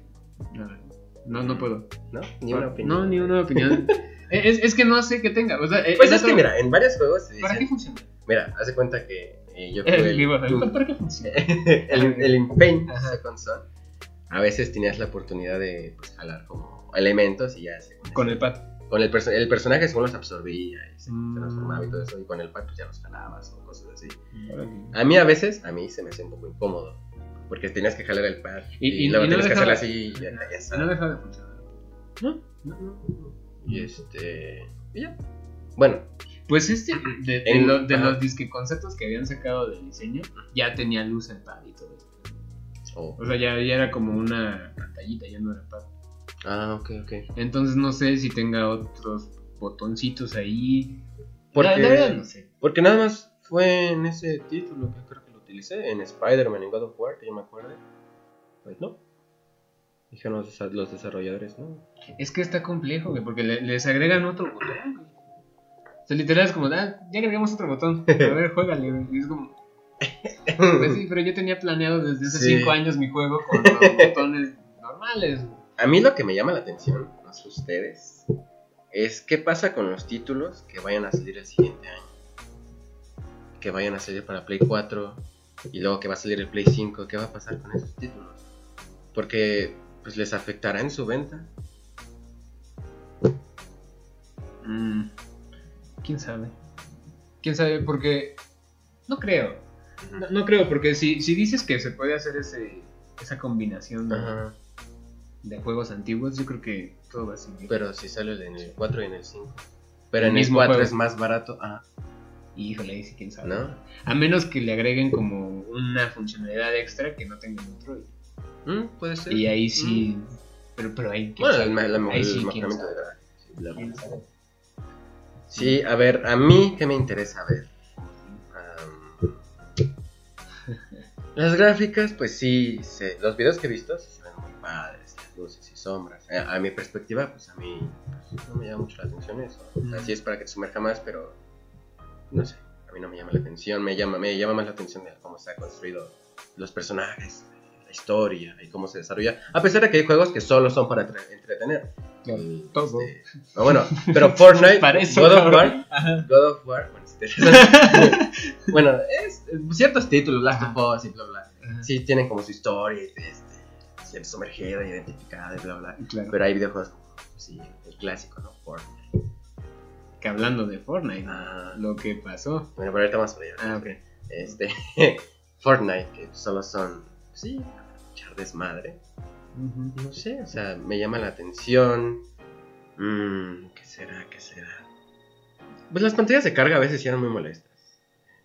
Speaker 1: nada. No, no puedo.
Speaker 2: ¿No? Ni una
Speaker 1: No,
Speaker 2: opinión.
Speaker 1: No, ni una opinión.
Speaker 2: [laughs]
Speaker 1: Eh, es, es que no sé qué tenga. O sea, eh,
Speaker 2: Pues
Speaker 1: el
Speaker 2: es que
Speaker 1: otro-
Speaker 2: mira, en varios juegos te
Speaker 1: ¿Para qué
Speaker 2: dicen,
Speaker 1: funciona?
Speaker 2: mira, hace cuenta que eh, yo jugué
Speaker 1: El,
Speaker 2: el,
Speaker 1: libro,
Speaker 2: Doom. [laughs]
Speaker 1: ¿Para qué funciona?
Speaker 2: el, el Paint
Speaker 1: Ajá.
Speaker 2: Second Son, a veces tenías la oportunidad de pues, jalar como elementos y ya según
Speaker 1: Con
Speaker 2: eso-
Speaker 1: el pad.
Speaker 2: con el, perso- el personaje según los absorbía y se
Speaker 1: Mm.
Speaker 2: transformaba y todo eso y con el pad pues, ya los jalabas o cosas así. A mí a veces, a mí se me hacía un poco incómodo porque tenías que jalar el pad
Speaker 1: Y-
Speaker 2: y,
Speaker 1: y-
Speaker 2: luego
Speaker 1: y no
Speaker 2: tenías que
Speaker 1: dejaba-
Speaker 2: hacer así y ya, ya
Speaker 1: Ah, No
Speaker 2: sabes.
Speaker 1: deja de funcionar. No, no, no, no.
Speaker 2: Y este... y ya. Bueno,
Speaker 1: Pues este, de, de
Speaker 2: En-
Speaker 1: lo- de
Speaker 2: ajá.
Speaker 1: los disque conceptos que habían sacado del diseño, ya tenía luz en pad y todo eso.
Speaker 2: o-
Speaker 1: O sea, ya, ya era como una pantallita, ya no era pad.
Speaker 2: ah, ok, ok.
Speaker 1: Entonces no sé si tenga otros botoncitos ahí.
Speaker 2: Porque-
Speaker 1: La, la verdad no sé.
Speaker 2: Porque nada más fue en ese título que creo que lo utilicé, en Spider-Man, en God of War, que yo me acuerdo. Pues no. Dijeron los, desa- los desarrolladores, ¿no?
Speaker 1: Es que está complejo, güey, porque le- les agregan otro botón. güey. O sea, literal es como, ah, ya agregamos otro botón. A ver, [laughs] juégale, güey. Y es como, [laughs]
Speaker 2: [laughs]
Speaker 1: pues sí, pero yo tenía planeado desde hace
Speaker 2: Sí.
Speaker 1: 5 años mi juego con
Speaker 2: [laughs]
Speaker 1: los botones normales. güey.
Speaker 2: A mí lo que me llama la atención, no sé ustedes, es qué pasa con los títulos que vayan a salir el siguiente año. Que vayan a salir para Play 4 y luego que va a salir el Play 5, ¿qué va a pasar con esos títulos? Porque pues les afectará en su venta.
Speaker 1: Mm, ¿Quién sabe? ¿Quién sabe? Porque no creo. No, no creo, porque si, si dices que se puede hacer ese, esa combinación de,
Speaker 2: Ajá.
Speaker 1: de juegos antiguos, yo creo que todo va a seguir.
Speaker 2: Pero si sale en el 4 y en el 5. Pero
Speaker 1: El
Speaker 2: en el
Speaker 1: mismo
Speaker 2: 4
Speaker 1: juego.
Speaker 2: es más barato. Ah,
Speaker 1: Híjole, ahí sí, quién sabe.
Speaker 2: ¿no?
Speaker 1: A menos que le agreguen como una funcionalidad extra que no tenga en otro. Y,
Speaker 2: Mm, Puede ser.
Speaker 1: y ahí sí. Pero, pero ahí. quién
Speaker 2: Mm. Bueno,
Speaker 1: sabe.
Speaker 2: el, ma- la-
Speaker 1: ahí
Speaker 2: el
Speaker 1: sí, quién
Speaker 2: mejoramiento
Speaker 1: sabe.
Speaker 2: de gráfico, sí, la-
Speaker 1: ¿Quién sabe?
Speaker 2: Sí, a ver, a mí, ¿qué me interesa ver? Am, las gráficas, pues sí, se- los videos que he visto sí se ven muy padres, las luces y sombras. A, a mi perspectiva, pues a mí pues, no me llama mucho la atención eso.
Speaker 1: Mm.
Speaker 2: Así es para que te sumerja más, pero no sé, a mí no me llama la atención, me llama, me llama más la atención de cómo está construido los personajes, la historia y cómo se desarrolla. A pesar de que hay juegos que solo son para entre- entretener.
Speaker 1: Claro,
Speaker 2: Y,
Speaker 1: todo.
Speaker 2: este, no, bueno, pero Fortnite,
Speaker 1: [laughs] Para eso,
Speaker 2: God of
Speaker 1: cabrón.
Speaker 2: War,
Speaker 1: Ajá.
Speaker 2: God of War, bueno, si te
Speaker 1: [laughs]
Speaker 2: interesan, bueno, es, es- ciertos títulos, Last of Us y bla bla,
Speaker 1: Ajá.
Speaker 2: sí tienen como su historia, este, sientes sumergida, y identificada y bla bla,
Speaker 1: Claro.
Speaker 2: pero hay videojuegos como, sí, el clásico, ¿no? Fortnite.
Speaker 1: Que hablando de Fortnite,
Speaker 2: Ah,
Speaker 1: lo que pasó.
Speaker 2: bueno, pero ahorita vamos para allá.
Speaker 1: Ah, ok.
Speaker 2: Este, [laughs] Fortnite, que solo son, sí, echar desmadre,
Speaker 1: Ujú.
Speaker 2: no sé, o sea, me llama la atención, Mm, ¿qué será, qué será? Pues las pantallas de carga a veces sí eran muy molestas.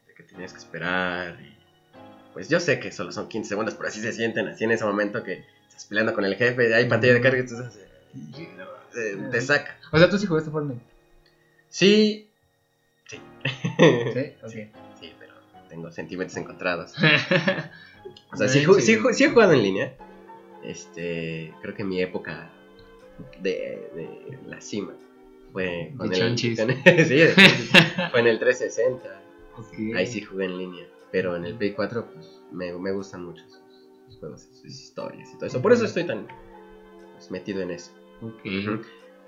Speaker 2: De que tenías que esperar. y- Pues yo sé que solo son 15 segundos, pero así se sienten, así en ese momento que estás peleando con el jefe, hay pantalla de carga, entonces eh, te saca.
Speaker 1: O sea, tú sí jugaste Fortnite.
Speaker 2: [laughs] Sí. Sí. [laughs]
Speaker 1: Sí, ok.
Speaker 2: Sí, pero tengo sentimientos encontrados. O sea,
Speaker 1: Ay,
Speaker 2: sí, ju-
Speaker 1: Eh, sí.
Speaker 2: sí ju- sí he jugado en línea. Este, creo que mi época de, de la cima fue
Speaker 1: De
Speaker 2: con el [laughs]
Speaker 1: chonchis.
Speaker 2: con- sí, de chonchis. fue en el 360.
Speaker 1: Ok.
Speaker 2: Ahí sí jugué en línea. Pero en el Play 4 pues, me, me gustan mucho sus, sus juegos, sus historias y todo eso. Por eso estoy tan pues, metido en eso.
Speaker 1: Ok.
Speaker 2: Ujú.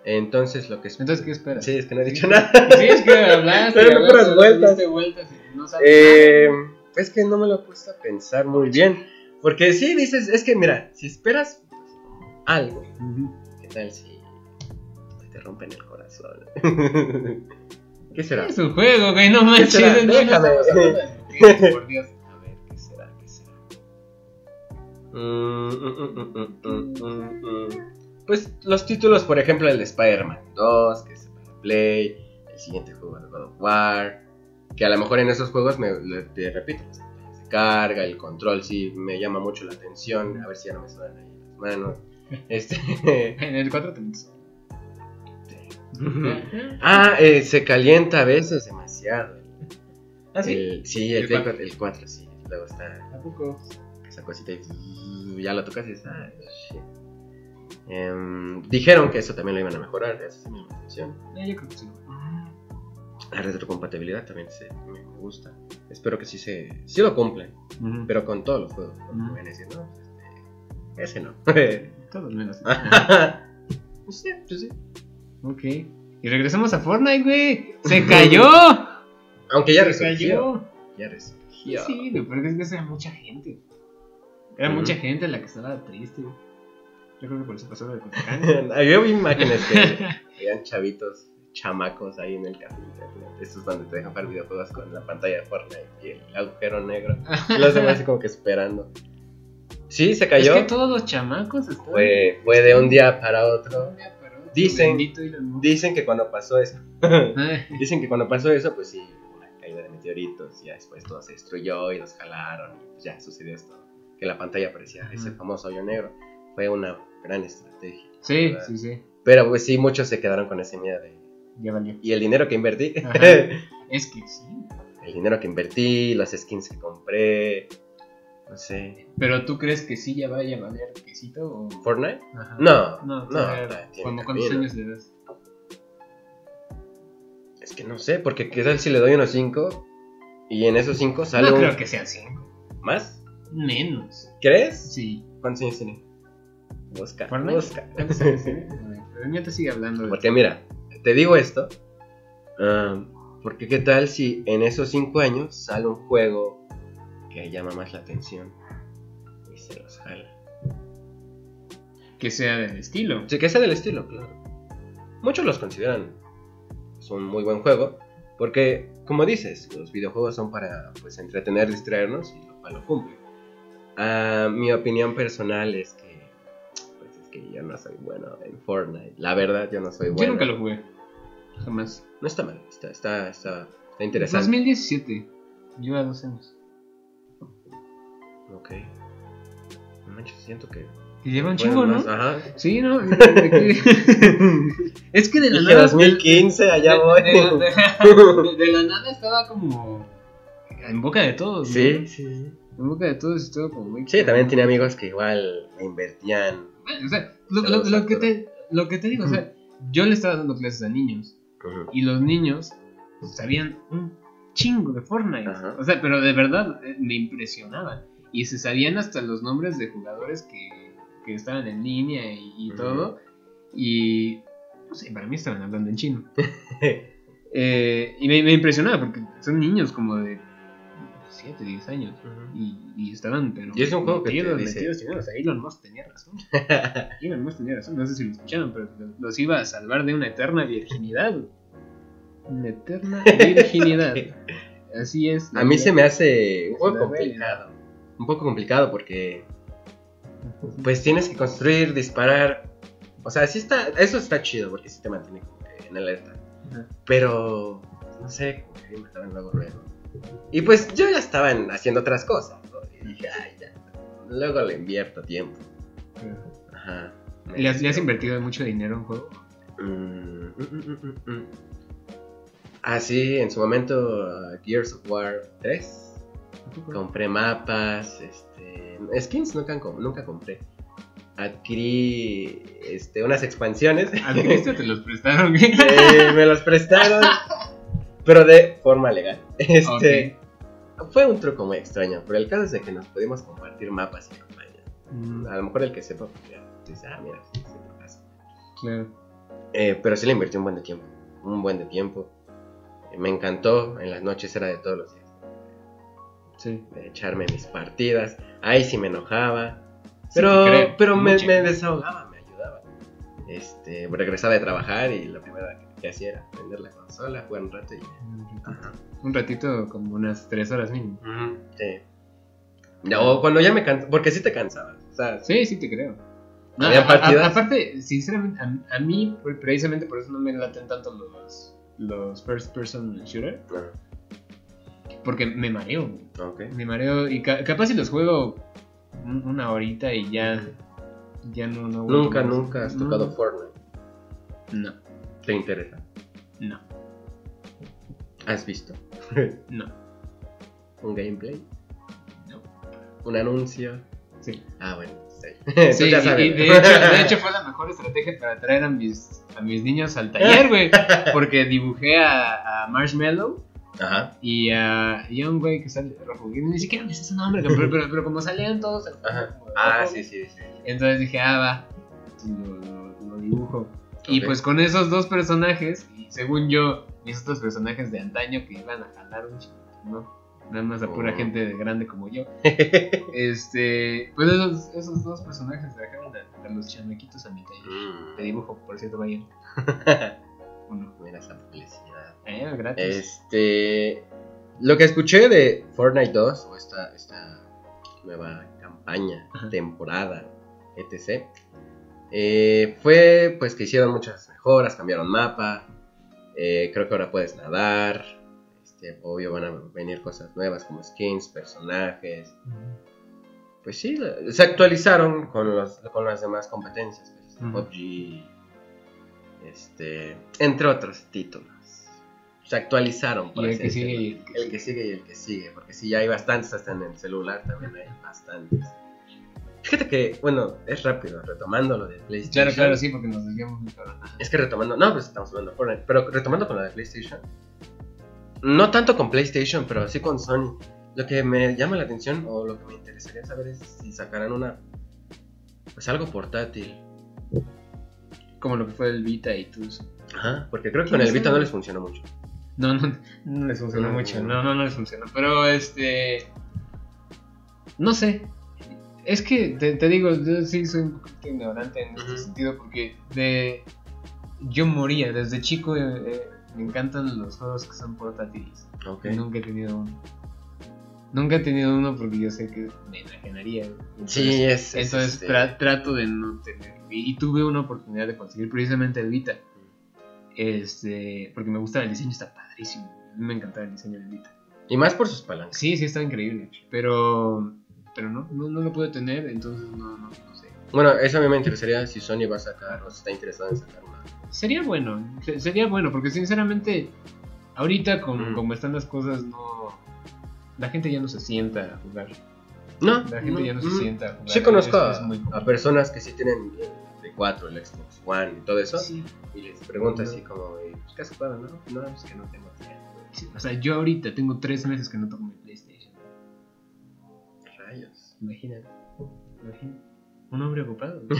Speaker 2: Entonces lo que es...
Speaker 1: Entonces, ¿qué esperas?
Speaker 2: Sí, es que no he dicho nada.
Speaker 1: Sí, es que hablaste.
Speaker 2: Pero no
Speaker 1: hablaste,
Speaker 2: puras vueltas.
Speaker 1: diste vueltas y no sabes
Speaker 2: Eh, es que no me lo he puesto a pensar muy bien. Porque sí, dices, es que mira, si esperas algo,
Speaker 1: nada. Ujú.
Speaker 2: ¿qué tal si te rompen el [laughs] corazón? ¿Qué será?
Speaker 1: Es un juego, güey, no manches.
Speaker 2: será?
Speaker 1: no, no
Speaker 2: Déjame.
Speaker 1: estamos hablando de
Speaker 2: [laughs]
Speaker 1: ti, Por Dios.
Speaker 2: A ver, ¿qué será? ¿Qué será? Mm, mm, mm, mm, mm, mm, mm, mm. Pues los títulos, por ejemplo, el de Spider-Man 2, que es para Play, el siguiente juego de God of War, que a lo mejor en esos juegos, me, le- te repito, pues, las pantallas de carga, el control, sí, me llama mucho la atención, a ver si ya no me suenan ahí las [laughs] manos. Este... [laughs]
Speaker 1: En el 4 te metes.
Speaker 2: ah, eh, se calienta a veces demasiado.
Speaker 1: ¿Ah, sí?
Speaker 2: El- sí, el,
Speaker 1: El
Speaker 2: Play
Speaker 1: cuatro.
Speaker 2: cuatro- el 4, sí, luego está...
Speaker 1: ¿A poco?
Speaker 2: que esa cosita y ya la tocas y dices, ah, shit. Em, dijeron que eso también lo iban a mejorar, esa es mi intención.
Speaker 1: Eh, yo creo que sí.
Speaker 2: La retrocompatibilidad también se- me gusta. Espero que sí se sí lo cumplan,
Speaker 1: Ujú.
Speaker 2: pero con todos los juegos. ¿no?
Speaker 1: Ujú.
Speaker 2: Me van a decir, no, este, ese no. [laughs]
Speaker 1: Todos menos.
Speaker 2: Ah. pues sí, pues sí.
Speaker 1: ok. Y regresamos a Fortnite, güey.
Speaker 2: [laughs]
Speaker 1: ¡Se cayó!
Speaker 2: Aunque ya
Speaker 1: ¡Se
Speaker 2: resurgió.
Speaker 1: cayó!
Speaker 2: Ya resurgió.
Speaker 1: Sí, güey, pero es que era mucha gente. Era
Speaker 2: Ujú.
Speaker 1: mucha gente la que estaba triste, güey. Yo creo que por eso pasó lo de
Speaker 2: [laughs]
Speaker 1: Coyoacán.
Speaker 2: Yo vi
Speaker 1: [laughs]
Speaker 2: imágenes que veían chavitos, chamacos ahí en el café internet. Esos donde te dejan jugar videojuegos con la pantalla de Fortnite y el agujero negro. Y los demás así como que esperando. Sí, se cayó.
Speaker 1: Es que todos los chamacos estaban.
Speaker 2: Fue, fue de un día para otro.
Speaker 1: Mira, pero otro
Speaker 2: Dicen-
Speaker 1: bendito Elon Musk.
Speaker 2: Dicen que cuando pasó eso,
Speaker 1: Ah,
Speaker 2: dicen que cuando pasó eso, pues sí, hubo una caída de meteoritos. Y ya después todo se destruyó y los jalaron. y pues ya sucedió esto. Que la pantalla parecía ese
Speaker 1: Ujú.
Speaker 2: famoso hoyo negro. Fue una gran estrategia.
Speaker 1: Sí, sí, sí.
Speaker 2: Pero pues sí, muchos se quedaron con ese miedo de.
Speaker 1: Ya
Speaker 2: [laughs]
Speaker 1: valió.
Speaker 2: Y el dinero que invertí.
Speaker 1: Ajá.
Speaker 2: el
Speaker 1: Es que sí.
Speaker 2: dinero que invertí, las skins que compré. No sé.
Speaker 1: Pero tú crees que sí ya vaya a valer quesito o.
Speaker 2: ¿Fortnite?
Speaker 1: Ajá.
Speaker 2: No.
Speaker 1: No,
Speaker 2: No,
Speaker 1: todavía-
Speaker 2: tiene
Speaker 1: ¿Cómo cuántos
Speaker 2: camino.
Speaker 1: años le das?
Speaker 2: Es que no sé, porque qué tal si le doy unos 5 y en esos 5 sale
Speaker 1: No
Speaker 2: un-
Speaker 1: creo que sean cinco.
Speaker 2: ¿Más?
Speaker 1: Menos.
Speaker 2: ¿Crees?
Speaker 1: Sí.
Speaker 2: ¿Cuántos años tiene? Busca.
Speaker 1: Fortnite.
Speaker 2: Busca.
Speaker 1: ¿Cuántos años tiene? A ver, ¿eh? Pero mientras sigue hablando. de-
Speaker 2: Porque mira, te digo esto, um, porque qué tal si en esos cinco años sale un juego que llama más la atención y se los jala.
Speaker 1: Que sea del estilo.
Speaker 2: Sí, que sea del estilo, claro. Muchos los consideran es un muy buen juego, porque como dices, los videojuegos son para pues entretener, distraernos y lo cual lo cumple. Ah, mi opinión personal es que pues es que yo no soy bueno en Fortnite. La verdad, yo no soy bueno.
Speaker 1: Yo nunca lo jugué. Jamás.
Speaker 2: No está mal, está, está, está, está interesante.
Speaker 1: 2017. Lleva dos años.
Speaker 2: Ok. No manches, siento que.
Speaker 1: Que lleva un
Speaker 2: fueron
Speaker 1: chingo, ¿no?
Speaker 2: más- Ajá.
Speaker 1: Sí, no. de- de
Speaker 2: [laughs]
Speaker 1: que- es que de la
Speaker 2: Dije
Speaker 1: nada.
Speaker 2: 2015, allá
Speaker 1: de-
Speaker 2: voy.
Speaker 1: De, de- de la nada estaba como. En boca de todos. ¿no?
Speaker 2: [laughs] Sí, sí.
Speaker 1: En boca de todos estaba como muy.
Speaker 2: Sí, también tenía amigos que igual me invertían.
Speaker 1: Bueno, o sea, lo, lo- lo que te, lo que te digo, o sea, yo le estaba dando clases a niños. Y los niños pues, sabían un chingo de Fortnite.
Speaker 2: Ajá.
Speaker 1: O sea, pero de verdad eh, me impresionaba. Y se sabían hasta los nombres de jugadores que, que estaban en línea y, y
Speaker 2: Ujú.
Speaker 1: todo. Y no sé, para mí estaban hablando en
Speaker 2: [laughs]
Speaker 1: chino. Eh, y me, me impresionaba porque son niños como de 7, 10 años. Y, y estaban, pero.
Speaker 2: Y es un juego que te
Speaker 1: metidos,
Speaker 2: dice-
Speaker 1: metidos, metidos. O sea, Elon Musk tenía
Speaker 2: [laughs]
Speaker 1: razón. Elon Musk tenía razón. No sé si lo escucharon, pero lo- los iba a salvar de una eterna virginidad. Una eterna
Speaker 2: [laughs]
Speaker 1: virginidad. Así es.
Speaker 2: A mí se me hace un poco
Speaker 1: La realidad.
Speaker 2: complicado. Un poco complicado porque pues tienes que construir, disparar. O sea, sí está, eso está chido porque sí te mantiene como que en alerta.
Speaker 1: Ajá.
Speaker 2: Pero, no sé, como que me mataban luego luego. Y pues yo ya estaba en- haciendo otras cosas. ¿no? Y dije, ay, ya. Luego le invierto tiempo. Ajá.
Speaker 1: ¿Le has, le has invertido mucho dinero en juego?
Speaker 2: Mm, mm, mm, mm, mm. Ah, sí, en su momento uh, Gears of War 3. Compré mapas, este, skins nunca, com- nunca compré. Adquirí este, unas expansiones.
Speaker 1: ¿Adquiriste o te los prestaron?
Speaker 2: [laughs]
Speaker 1: [laughs]
Speaker 2: Eh, me los prestaron, pero de forma legal. [laughs] Este, Fue un truco muy extraño, pero el caso es de que nos pudimos compartir mapas y campañas.
Speaker 1: Mm,
Speaker 2: A lo mejor el que sepa, pues ya, dice, ah, mira, sí, sí, lo hace".
Speaker 1: claro.
Speaker 2: Eh, pero sí le invertí un buen de tiempo. Un buen de tiempo. Eh, me encantó. En las noches era de todos los días.
Speaker 1: Sí.
Speaker 2: De echarme mis partidas. Ahí sí me enojaba.
Speaker 1: Sí,
Speaker 2: Pero,
Speaker 1: te creo,
Speaker 2: pero me,
Speaker 1: mucho.
Speaker 2: me desahogaba, me ayudaba. Este, regresaba de trabajar y la primera que hacía era prender la consola, jugar un rato y ya. Ajá.
Speaker 1: Un ratito, como unas 3 horas mínimo.
Speaker 2: Sí. Ya, O cuando ya me cansaba, porque sí te cansabas. O sea,
Speaker 1: Sí, sí te creo. No,
Speaker 2: Había
Speaker 1: a- a-
Speaker 2: partidas.
Speaker 1: aparte, sinceramente, a, a mí, por- precisamente por eso no me laten tanto los, los first person shooter,
Speaker 2: ah,
Speaker 1: porque me mareo, güey.
Speaker 2: ok.
Speaker 1: me mareo y ca- capaz si los juego un- una horita y ya, ya no, no vuelvo
Speaker 2: Nunca,
Speaker 1: más. Mm,
Speaker 2: nunca has tocado Fortnite.
Speaker 1: No,
Speaker 2: ¿Te interesa?
Speaker 1: no,
Speaker 2: ¿Has visto
Speaker 1: [laughs] no,
Speaker 2: un gameplay?
Speaker 1: no.
Speaker 2: un anuncio.
Speaker 1: Sí.
Speaker 2: Ah, bueno, sí. [laughs] Tú
Speaker 1: Sí,
Speaker 2: Pues ya
Speaker 1: y-
Speaker 2: sabes,
Speaker 1: y
Speaker 2: [laughs]
Speaker 1: de,
Speaker 2: güey.
Speaker 1: hecho, de hecho fue la mejor estrategia para traer a mis, a mis niños al taller, güey. Porque dibujé a, a Marshmallow
Speaker 2: Ajá,
Speaker 1: y a, y a un güey que sale rojo. que Ni siquiera me sé su nombre, pero, pero, pero como salían todos.
Speaker 2: ajá.
Speaker 1: como
Speaker 2: Ah,
Speaker 1: rojo,
Speaker 2: sí, sí, sí.
Speaker 1: Entonces dije, ah, va. Entonces Lo, lo- lo dibujo. Y
Speaker 2: Ok.
Speaker 1: pues con esos dos personajes, y según yo, mis otros personajes de antaño que iban a jalar un chingo, ¿no? Nada más a pura
Speaker 2: Mm.
Speaker 1: gente de grande como
Speaker 2: [laughs]
Speaker 1: yo. este, pues esos, esos dos personajes trajeron a, a los chamaquitos a mi taller.
Speaker 2: Mm.
Speaker 1: De dibujo, por cierto,
Speaker 2: [laughs]
Speaker 1: vayan. Uno.
Speaker 2: Mira esa publicidad.
Speaker 1: Eh, gratis.
Speaker 2: Este. Lo que escuché de Fortnite 2, o esta, esta nueva campaña,
Speaker 1: Ajá.
Speaker 2: temporada, etc., eh, fue pues que hicieron muchas mejoras, cambiaron mapa. eh, creo que ahora puedes nadar. Este, obvio, van a venir cosas nuevas como skins, personajes. Pues sí, la- se actualizaron con, los, con las demás competencias. pues,
Speaker 1: Ujú.
Speaker 2: PUBG, este, entre otros títulos. Se actualizaron. por
Speaker 1: Y el
Speaker 2: así
Speaker 1: que sigue
Speaker 2: decirlo.
Speaker 1: y el que
Speaker 2: El que sigue y el que sigue. Porque sí, ya hay bastantes, hasta en el celular también hay bastantes. Fíjate que, bueno, es rápido, retomando lo de PlayStation.
Speaker 1: Claro, claro, sí, porque nos desviamos muy cabrón.
Speaker 2: Es que retomando, no, pues estamos hablando de Fortnite, pero retomando con la de PlayStation. No tanto con PlayStation, pero sí con Sony. Lo que me llama la atención o lo que me interesaría saber es si sacarán una. Pues algo portátil.
Speaker 1: Como lo que fue el Vita y todo eso.
Speaker 2: Ajá, porque creo que con el
Speaker 1: ¿Quién
Speaker 2: Vita
Speaker 1: sabe?
Speaker 2: no les funcionó mucho.
Speaker 1: No, no, no les funcionó
Speaker 2: No.
Speaker 1: mucho. No, no, no les funcionó. Pero este. No sé. Es que te, te digo, yo sí soy un poquito ignorante en este
Speaker 2: Ujú.
Speaker 1: sentido porque de. Yo moría, desde chico eh, eh, me encantan los juegos que son portátiles.
Speaker 2: Ok.
Speaker 1: Nunca he tenido uno. Nunca he tenido uno porque yo sé que me enajenaría. güey.
Speaker 2: Sí, es. es,
Speaker 1: pues Entonces
Speaker 2: este,
Speaker 1: tra- trato de no tener. Y, y tuve una oportunidad de conseguir precisamente el Vita. Este, porque me gusta el diseño, está padrísimo. Me encantaba el diseño del Vita.
Speaker 2: Y más por sus palancas.
Speaker 1: Sí, sí, está increíble. Pero, pero no, no, no lo pude tener, entonces no, no, no sé.
Speaker 2: Bueno, eso a mí me interesaría si Sony va a sacar o si está interesado en sacar una.
Speaker 1: Sería bueno, se- sería bueno, porque sinceramente, ahorita con,
Speaker 2: Mm.
Speaker 1: como están las cosas, no. La gente ya no se sienta a jugar.
Speaker 2: No.
Speaker 1: La gente ya no se
Speaker 2: mm.
Speaker 1: sienta a jugar.
Speaker 2: Sí conozco
Speaker 1: Es-
Speaker 2: a,
Speaker 1: es muy
Speaker 2: a
Speaker 1: complicado.
Speaker 2: personas que sí tienen el 4 el Xbox One y todo eso.
Speaker 1: Sí.
Speaker 2: Y les pregunto así como, eh, pues, ¿qué has jugado? No, no, es que no tengo [laughs] tiempo.
Speaker 1: Sí, O sea, yo ahorita tengo tres meses que no toco mi PlayStation.
Speaker 2: Rayos.
Speaker 1: Imagínate. imagínate. Un hombre ocupado. güey.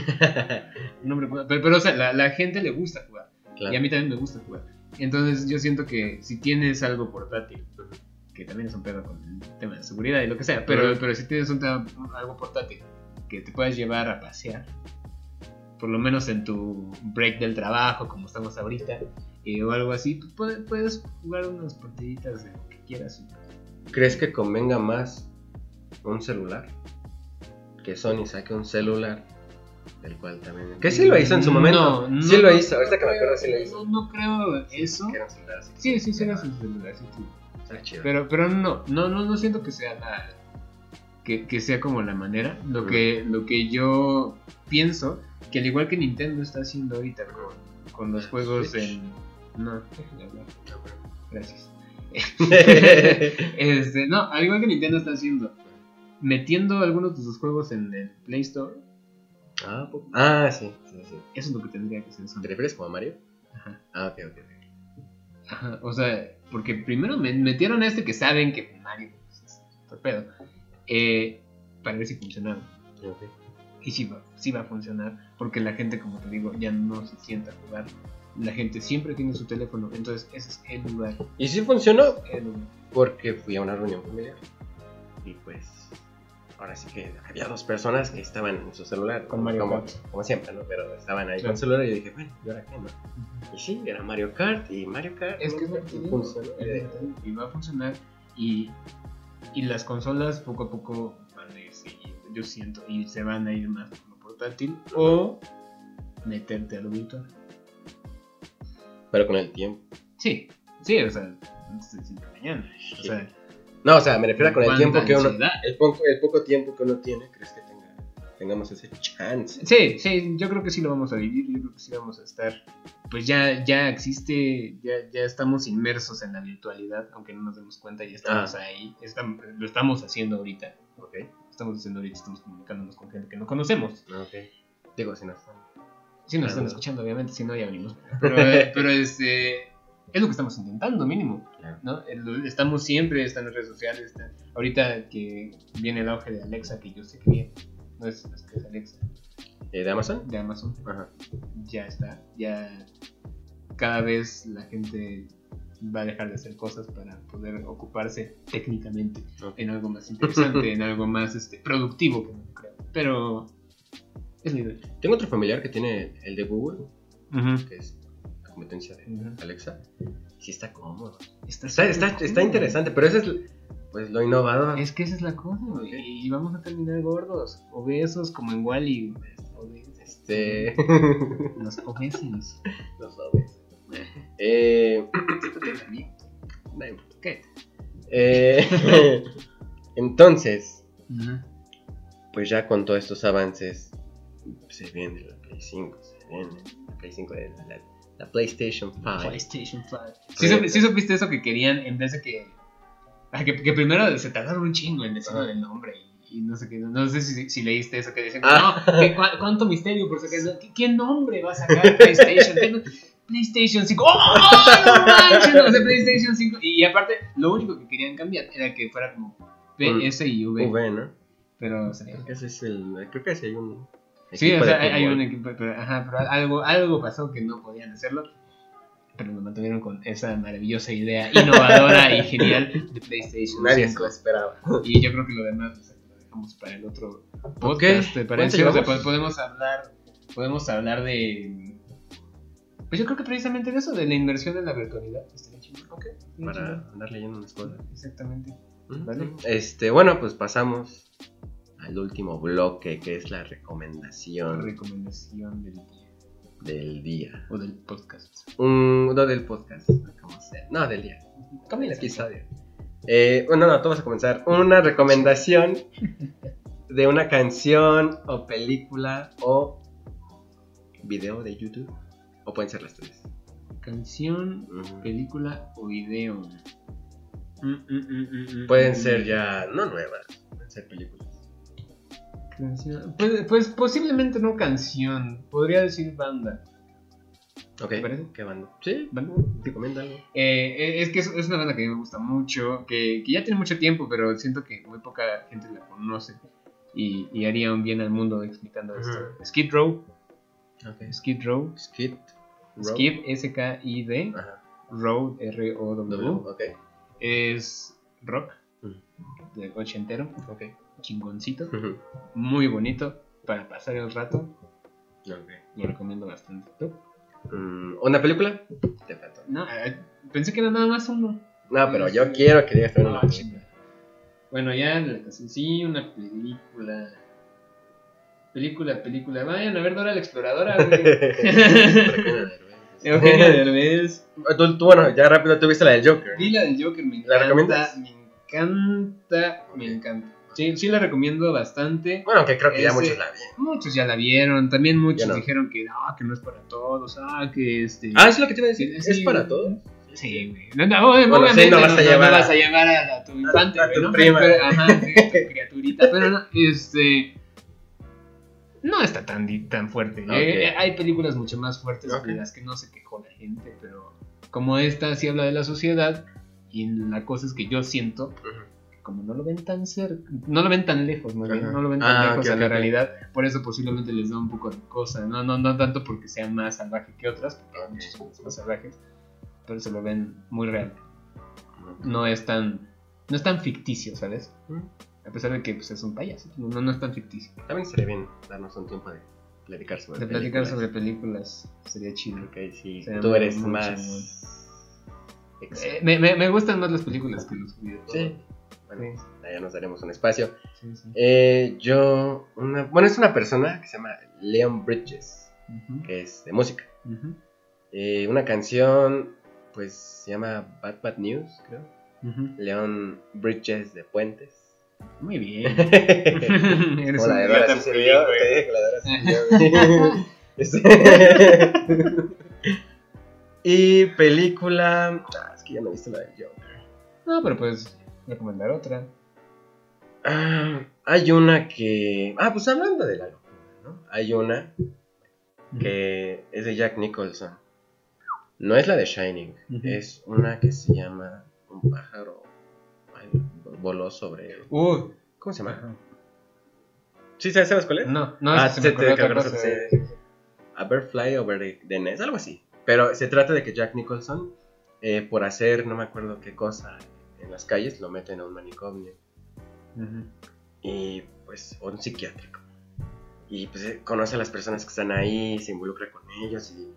Speaker 1: [laughs] Un hombre ocupado. Pero, pero, o sea, la, la gente le gusta jugar. Y a mí también me gusta jugar. Entonces yo siento que si tienes algo portátil, pues, que también es un pedo con el tema de seguridad y lo que sea, pero,
Speaker 2: Ujú.
Speaker 1: pero si tienes un tema- un- algo portátil que te puedas llevar a pasear, por lo menos en tu break del trabajo, como estamos ahorita, eh, o algo así, pues, puede- puedes jugar unas partiditas de lo que quieras.
Speaker 2: ¿Crees que convenga más un celular? Que Sony saque un celular del cual también... Que sí lo hizo en su momento.
Speaker 1: No,
Speaker 2: sí
Speaker 1: no,
Speaker 2: lo
Speaker 1: no
Speaker 2: hizo, ahorita que me acuerdo sí lo hizo.
Speaker 1: No, no creo eso.
Speaker 2: Que era un celular así.
Speaker 1: Sí, sí, sí, era su celular, sí, sí.
Speaker 2: Está chido. [laughs]
Speaker 1: Pero, pero no, no, no, no siento que sea la. Que, que sea como la manera. Lo
Speaker 2: Ujú.
Speaker 1: que, lo que yo pienso, que al igual que Nintendo está haciendo ahorita con, con los juegos
Speaker 2: Switch.
Speaker 1: en. No, déjenme hablar, gracias.
Speaker 2: Ujú.
Speaker 1: Este, no, al igual que Nintendo está haciendo, metiendo algunos de sus juegos en el Play Store,
Speaker 2: ah, po- ah, sí, sí, sí.
Speaker 1: eso es lo que tendría que ser
Speaker 2: ¿Te
Speaker 1: Sony.
Speaker 2: refieres como a Mario?
Speaker 1: Ajá.
Speaker 2: Ah, ok, ok. ok.
Speaker 1: Ajá, o sea, porque primero me- metieron este que saben que Mario pues, es otro pedo, eh, para ver si funcionaba.
Speaker 2: Ok.
Speaker 1: y sí va, sí va a funcionar, porque la gente, como te digo, ya no se sienta a jugar. La gente siempre tiene su teléfono, entonces ese es el lugar.
Speaker 2: Y sí funcionó,
Speaker 1: el lugar.
Speaker 2: porque fui a una reunión familiar y pues ahora sí que había dos personas que estaban en su celular
Speaker 1: Con Mario
Speaker 2: como,
Speaker 1: Kart.
Speaker 2: como siempre no pero estaban ahí
Speaker 1: Claro.
Speaker 2: con celular y yo dije bueno y ahora qué no y sí era Mario Kart y Mario Kart
Speaker 1: Es que es lo
Speaker 2: Mario
Speaker 1: que
Speaker 2: Kart,
Speaker 1: te
Speaker 2: y
Speaker 1: digo,
Speaker 2: funcionó y yo dije,
Speaker 1: y va a funcionar. Y, y las consolas poco a poco van a ir siguiendo, yo siento, y se van a ir más por lo portátil
Speaker 2: Oh,
Speaker 1: o meterte al virtual.
Speaker 2: pero con el tiempo
Speaker 1: Sí, sí, o sea, no sé si mañana. O
Speaker 2: Sí.
Speaker 1: sea,
Speaker 2: no o sea me refiero a con el
Speaker 1: ¿cuánta
Speaker 2: tiempo que uno
Speaker 1: ansiedad?
Speaker 2: el poco el poco tiempo que uno tiene crees que tenga tengamos ese chance
Speaker 1: Sí, sí, yo creo que sí lo vamos a vivir, yo creo que sí vamos a estar. Pues ya, ya existe, ya, ya estamos inmersos en la virtualidad, aunque no nos demos cuenta y estamos ahí, estam- lo estamos haciendo ahorita.
Speaker 2: Ah. ok
Speaker 1: estamos diciendo ahorita, estamos comunicándonos con gente que no conocemos.
Speaker 2: Ok. Digo, si no están.
Speaker 1: Si nos están
Speaker 2: Claro.
Speaker 1: escuchando, obviamente, si no, ya
Speaker 2: [laughs]
Speaker 1: venimos. Pero, eh, pero este, es lo que estamos intentando, mínimo.
Speaker 2: Claro.
Speaker 1: ¿no? El- Estamos siempre, están las redes sociales. está- Ahorita que viene el auge de Alexa, que yo sé que viene, no es, es que es Alexa,
Speaker 2: Eh, ¿De Amazon?
Speaker 1: de Amazon,
Speaker 2: Ajá.
Speaker 1: ya está. Ya cada vez la gente va a dejar de hacer cosas para poder ocuparse técnicamente
Speaker 2: Ok.
Speaker 1: en algo más interesante, en algo más este, productivo, que no creo. Pero es la idea.
Speaker 2: Tengo otro familiar que tiene el de Google, que es la competencia de
Speaker 1: Ujú.
Speaker 2: Alexa. Sí está cómodo.
Speaker 1: Está,
Speaker 2: Está, está,
Speaker 1: súper
Speaker 2: está
Speaker 1: cool.
Speaker 2: interesante, pero ese es pues, lo innovador.
Speaker 1: Es que esa es la cosa, güey. Y vamos a terminar gordos, obesos, como en Wally. [laughs]
Speaker 2: Este...
Speaker 1: Los obesos.
Speaker 2: Los sabes. Eh, bueno.
Speaker 1: ¿Qué?
Speaker 2: Eh, [laughs] entonces, pues ya con todos estos avances, se viene la Play 5, se viene la Play 5, de la, la- la PlayStation 5.
Speaker 1: PlayStation 5. ¿Sí, supi- sí supiste eso que querían en vez de que. ah, que, que primero se tardaron un chingo en decirlo
Speaker 2: Ah.
Speaker 1: del nombre. Y, y no sé qué. No sé si, si leíste eso que decían. que
Speaker 2: Ah.
Speaker 1: No, que cua- ¿cuánto misterio? Por eso que no- ¿qué, qué nombre va a sacar PlayStation? ¿Qué no- PlayStation 5. ¡Oh, no manches! No, o sea, PlayStation 5. Y, aparte, lo único que querían cambiar era que fuera como PS y V.
Speaker 2: V, ¿no?
Speaker 1: Pero sería.
Speaker 2: Ese es el. Creo que sí hay un.
Speaker 1: Sí,
Speaker 2: equipo
Speaker 1: o
Speaker 2: de
Speaker 1: sea, hay- hay
Speaker 2: fútbol.
Speaker 1: un equipo, pero, ajá, pero algo, algo pasó que no podían hacerlo, pero lo mantuvieron con esa maravillosa idea innovadora y genial de PlayStation
Speaker 2: Nadie se
Speaker 1: 5.
Speaker 2: lo esperaba.
Speaker 1: Y yo creo que lo demás o sea, lo dejamos para el otro podcast, ¿te parece?
Speaker 2: ¿cuánto
Speaker 1: O sea,
Speaker 2: llevamos?
Speaker 1: po- podemos hablar, podemos hablar de... Pues yo creo que precisamente de eso, de la inversión en la virtualidad. Estaría chido. Ok, estaría
Speaker 2: Para
Speaker 1: chido.
Speaker 2: andar leyendo unas cosas.
Speaker 1: Exactamente. Vale.
Speaker 2: Vale. Este, bueno, pues pasamos al último bloque que es la recomendación
Speaker 1: Recomendación del día
Speaker 2: del día.
Speaker 1: o del podcast.
Speaker 2: Un, no del podcast, como sea. No, del día.
Speaker 1: ¿Cómo
Speaker 2: El episodio. Eh, bueno, no, tú vas a comenzar.
Speaker 1: [laughs]
Speaker 2: Una recomendación de una canción o película o video de YouTube. O pueden ser las tres.
Speaker 1: Canción
Speaker 2: Ujú.
Speaker 1: película o video. Mm, mm, mm, mm, mm,
Speaker 2: Pueden
Speaker 1: mm.
Speaker 2: ser ya, no nuevas, pueden ser películas.
Speaker 1: Canción. Pues, pues posiblemente no canción. Podría decir banda.
Speaker 2: Ok,
Speaker 1: ¿Te parece?
Speaker 2: ¿qué banda? Sí,
Speaker 1: Banda.
Speaker 2: recomienda algo.
Speaker 1: Eh, es que es, es una banda que a mí me gusta mucho. Que, que ya tiene mucho tiempo, pero siento que muy poca gente la conoce. Y, y haría un bien al mundo explicando
Speaker 2: Ujú.
Speaker 1: esto. Skid Row.
Speaker 2: Ok.
Speaker 1: Skid Row.
Speaker 2: Skid. Row.
Speaker 1: Skid, S-K-I-D.
Speaker 2: Ajá.
Speaker 1: Row, R-O-W.
Speaker 2: Ok.
Speaker 1: Es rock.
Speaker 2: Ujú.
Speaker 1: De ochentero.
Speaker 2: Mm. Ok.
Speaker 1: Chingoncito.
Speaker 2: Ujú.
Speaker 1: muy bonito para pasar el rato.
Speaker 2: Ok.
Speaker 1: Lo recomiendo bastante. ¿Tú?
Speaker 2: Mm, ¿Una película? Te faltó.
Speaker 1: No, eh, pensé que era nada más uno.
Speaker 2: No, pero yo
Speaker 1: Sí.
Speaker 2: quiero que digas una
Speaker 1: Ah,
Speaker 2: película. [laughs]
Speaker 1: chinga. bueno, ya la canción, sí, una película. Película, película. Vayan a ver Dora la Exploradora.
Speaker 2: [laughs]
Speaker 1: güey. [laughs]
Speaker 2: Recuerda de
Speaker 1: Eugenio
Speaker 2: Herbes.
Speaker 1: Derbez.
Speaker 2: Tú, tú, bueno, ya rápido, tú viste la del Joker.
Speaker 1: Vi la del Joker, me encanta.
Speaker 2: ¿La recomiendas?
Speaker 1: Me encanta, me encanta. Sí, sí la recomiendo bastante.
Speaker 2: Bueno, que creo que ya
Speaker 1: Ese-
Speaker 2: muchos la vieron.
Speaker 1: Muchos ya la vieron, también muchos
Speaker 2: Ya no.
Speaker 1: dijeron que no, que no es para todos, ah, que este...
Speaker 2: Ah, es lo que te iba a decir.
Speaker 1: Sí,
Speaker 2: ¿Es
Speaker 1: sí.
Speaker 2: para todos?
Speaker 1: Sí, güey. No, no, obvio-
Speaker 2: Bueno,
Speaker 1: obviamente
Speaker 2: sí, no vas a llevar
Speaker 1: no
Speaker 2: a-
Speaker 1: vas a llevar a, la- tu infante,
Speaker 2: a tu
Speaker 1: güey, ¿no?
Speaker 2: prima.
Speaker 1: Pero, ajá,
Speaker 2: [laughs]
Speaker 1: sí, a tu criaturita. Pero no, este. No está tan, di- tan fuerte.
Speaker 2: Ok.
Speaker 1: Eh, hay películas mucho más fuertes
Speaker 2: Ok.
Speaker 1: de las que no se quejó la gente, pero como esta sí habla de la sociedad, y la cosa es que yo siento que como no lo ven tan cerca, no lo ven tan lejos, más bien,
Speaker 2: Ajá.
Speaker 1: no lo ven tan
Speaker 2: Ah,
Speaker 1: lejos
Speaker 2: ok,
Speaker 1: a la
Speaker 2: ok, ok.
Speaker 1: realidad, por eso posiblemente les da un poco de cosa, no, no, no tanto porque sea más salvaje que otras, porque hay muchas cosas más salvajes, pero se lo ven muy real. No es tan, no es tan ficticio, ¿sabes?
Speaker 2: Ujú.
Speaker 1: A pesar de que pues, es un payaso, no, no es tan ficticio.
Speaker 2: También sería bien darnos un tiempo de platicar sobre
Speaker 1: De platicar
Speaker 2: películas.
Speaker 1: sobre películas sería chido.
Speaker 2: Ok, sí.
Speaker 1: Sería
Speaker 2: Tú
Speaker 1: muy-
Speaker 2: eres
Speaker 1: muy
Speaker 2: más. ex-
Speaker 1: Eh, me, me- me gustan más las películas que los videos.
Speaker 2: Sí. Bueno, ya nos daremos un espacio.
Speaker 1: Sí, sí.
Speaker 2: Eh, yo, una- bueno, es una persona que se llama Leon Bridges,
Speaker 1: Ujú,
Speaker 2: que es de música.
Speaker 1: ujú,
Speaker 2: Eh, una canción, pues, se llama Bad Bad News, creo.
Speaker 1: ujú.
Speaker 2: Leon Bridges
Speaker 1: [laughs]
Speaker 2: de Puentes.
Speaker 1: Muy bien.
Speaker 2: [laughs] Como
Speaker 1: Eres
Speaker 2: la
Speaker 1: un
Speaker 2: de Dora
Speaker 1: idiota
Speaker 2: sí se
Speaker 1: feliz,
Speaker 2: vio,
Speaker 1: güey.
Speaker 2: te dije que la de Dora sí se vio, güey.
Speaker 1: [laughs]
Speaker 2: Este- [laughs] y película. Ah, es que ya no viste la de Joker.
Speaker 1: No, pero puedes recomendar otra.
Speaker 2: Ah, Hay una que. Ah, pues hablando de la locura, ¿no? Hay una que es de Jack Nicholson. No es la de Shining,
Speaker 1: Ujú.
Speaker 2: es una que se llama Un pájaro ay, voló sobre.
Speaker 1: Uh,
Speaker 2: ¿Cómo se llama? ¿Sí sabes sabes cuál es?
Speaker 1: no, Mm, no,
Speaker 2: ah,
Speaker 1: es que
Speaker 2: sí,
Speaker 1: se me ocurrió
Speaker 2: te-
Speaker 1: otra
Speaker 2: te-
Speaker 1: cosa.
Speaker 2: sí, sí, sí. A Bird Fly Over the- the Nest, algo así. Pero se trata de que Jack Nicholson, eh, por hacer no me acuerdo qué cosa en las calles, lo meten a un manicomio.
Speaker 1: Ujú.
Speaker 2: y pues un psiquiátrico. Y pues eh, conoce a las personas que están ahí, se involucra con ellos y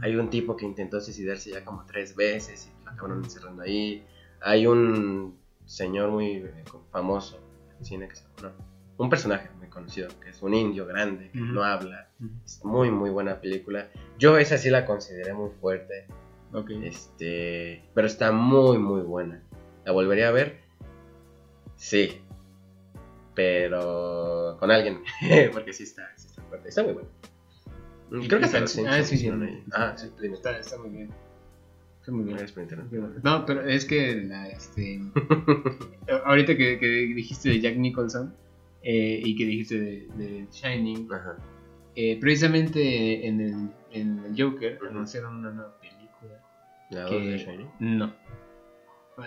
Speaker 2: hay un tipo que intentó suicidarse ya como tres veces y lo acabaron encerrando ahí. Hay un señor muy eh, co- famoso en cine que está, bueno, un personaje muy conocido que es un indio grande que
Speaker 1: Ujú.
Speaker 2: no habla.
Speaker 1: Ujú.
Speaker 2: Es muy muy buena película. Yo esa sí la consideré muy fuerte.
Speaker 1: Ok.
Speaker 2: Este, pero está muy muy buena. ¿La volvería a ver? Sí. Pero con alguien, [laughs] porque sí está, sí está fuerte. Está muy buena. Mm, Creo que hasta
Speaker 1: Ah,
Speaker 2: los
Speaker 1: sí,
Speaker 2: Simpsons
Speaker 1: sí.
Speaker 2: hicieron ahí. Ah, sí, dime.
Speaker 1: Está, está muy bien. Está muy bien.
Speaker 2: Gracias por interrumpir.
Speaker 1: No, pero es que la,
Speaker 2: [laughs]
Speaker 1: este, ahorita que, que dijiste de Jack Nicholson eh, y que dijiste de, de Shining,
Speaker 2: Ajá.
Speaker 1: eh, precisamente en el, en el Joker
Speaker 2: Ujú.
Speaker 1: anunciaron una nueva película.
Speaker 2: La
Speaker 1: Que-
Speaker 2: voz de Shining.
Speaker 1: No,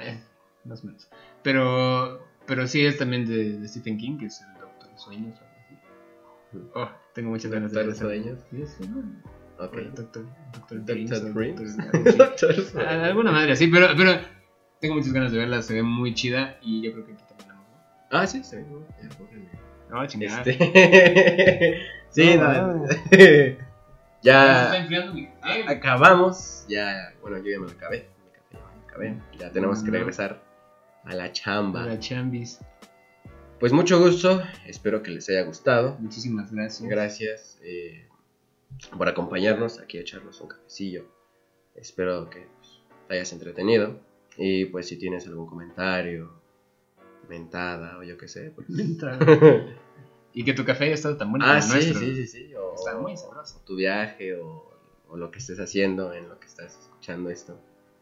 Speaker 1: Eh, más o menos. Pero, pero sí es también de, de Stephen King, que es el Doctor Sueños. o algo así.
Speaker 2: Ujú.
Speaker 1: Oh, tengo muchas ganas de ver
Speaker 2: ¿Doctor
Speaker 1: esa
Speaker 2: Sueños?
Speaker 1: película. Sí, sí, ¿no?
Speaker 2: Ok.
Speaker 1: Doctor, Doctor Dreams o
Speaker 2: Doctor Dreams. [laughs]
Speaker 1: Doctor-
Speaker 2: Doctor Sueños.
Speaker 1: Ah, Alguna madre, sí, pero, pero tengo muchas ganas de verla, se ve muy chida y yo creo que aquí también la vamos a
Speaker 2: Ah, sí, sí. ¿no? Ya, pobre.
Speaker 1: ver. No, chingada.
Speaker 2: Este. [laughs] sí,
Speaker 1: No, Pues,
Speaker 2: no, [laughs]
Speaker 1: no. Se está
Speaker 2: ya
Speaker 1: enfriando Eh, mi
Speaker 2: a-
Speaker 1: café.
Speaker 2: Ah, acabamos. Ya, bueno, yo ya me lo acabé. Mi café ya me lo acabé. Ya tenemos que
Speaker 1: No.
Speaker 2: regresar a la chamba.
Speaker 1: Para Chambis,
Speaker 2: Pues mucho gusto, espero que les haya gustado.
Speaker 1: muchísimas gracias.
Speaker 2: Gracias eh, por acompañarnos aquí a echarnos un cafecillo. Espero que pues, te hayas entretenido. Y pues si tienes algún comentario, mentada o yo qué sé. pues- [laughs]
Speaker 1: y que tu café haya estado tan bueno
Speaker 2: ah,
Speaker 1: como el
Speaker 2: sí,
Speaker 1: nuestro.
Speaker 2: sí, sí, sí. O,
Speaker 1: Está muy sabroso.
Speaker 2: tu viaje o, o lo que estés haciendo en lo que estás escuchando esto.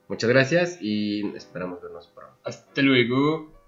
Speaker 2: Muchas gracias y esperamos vernos pronto.
Speaker 1: Hasta luego.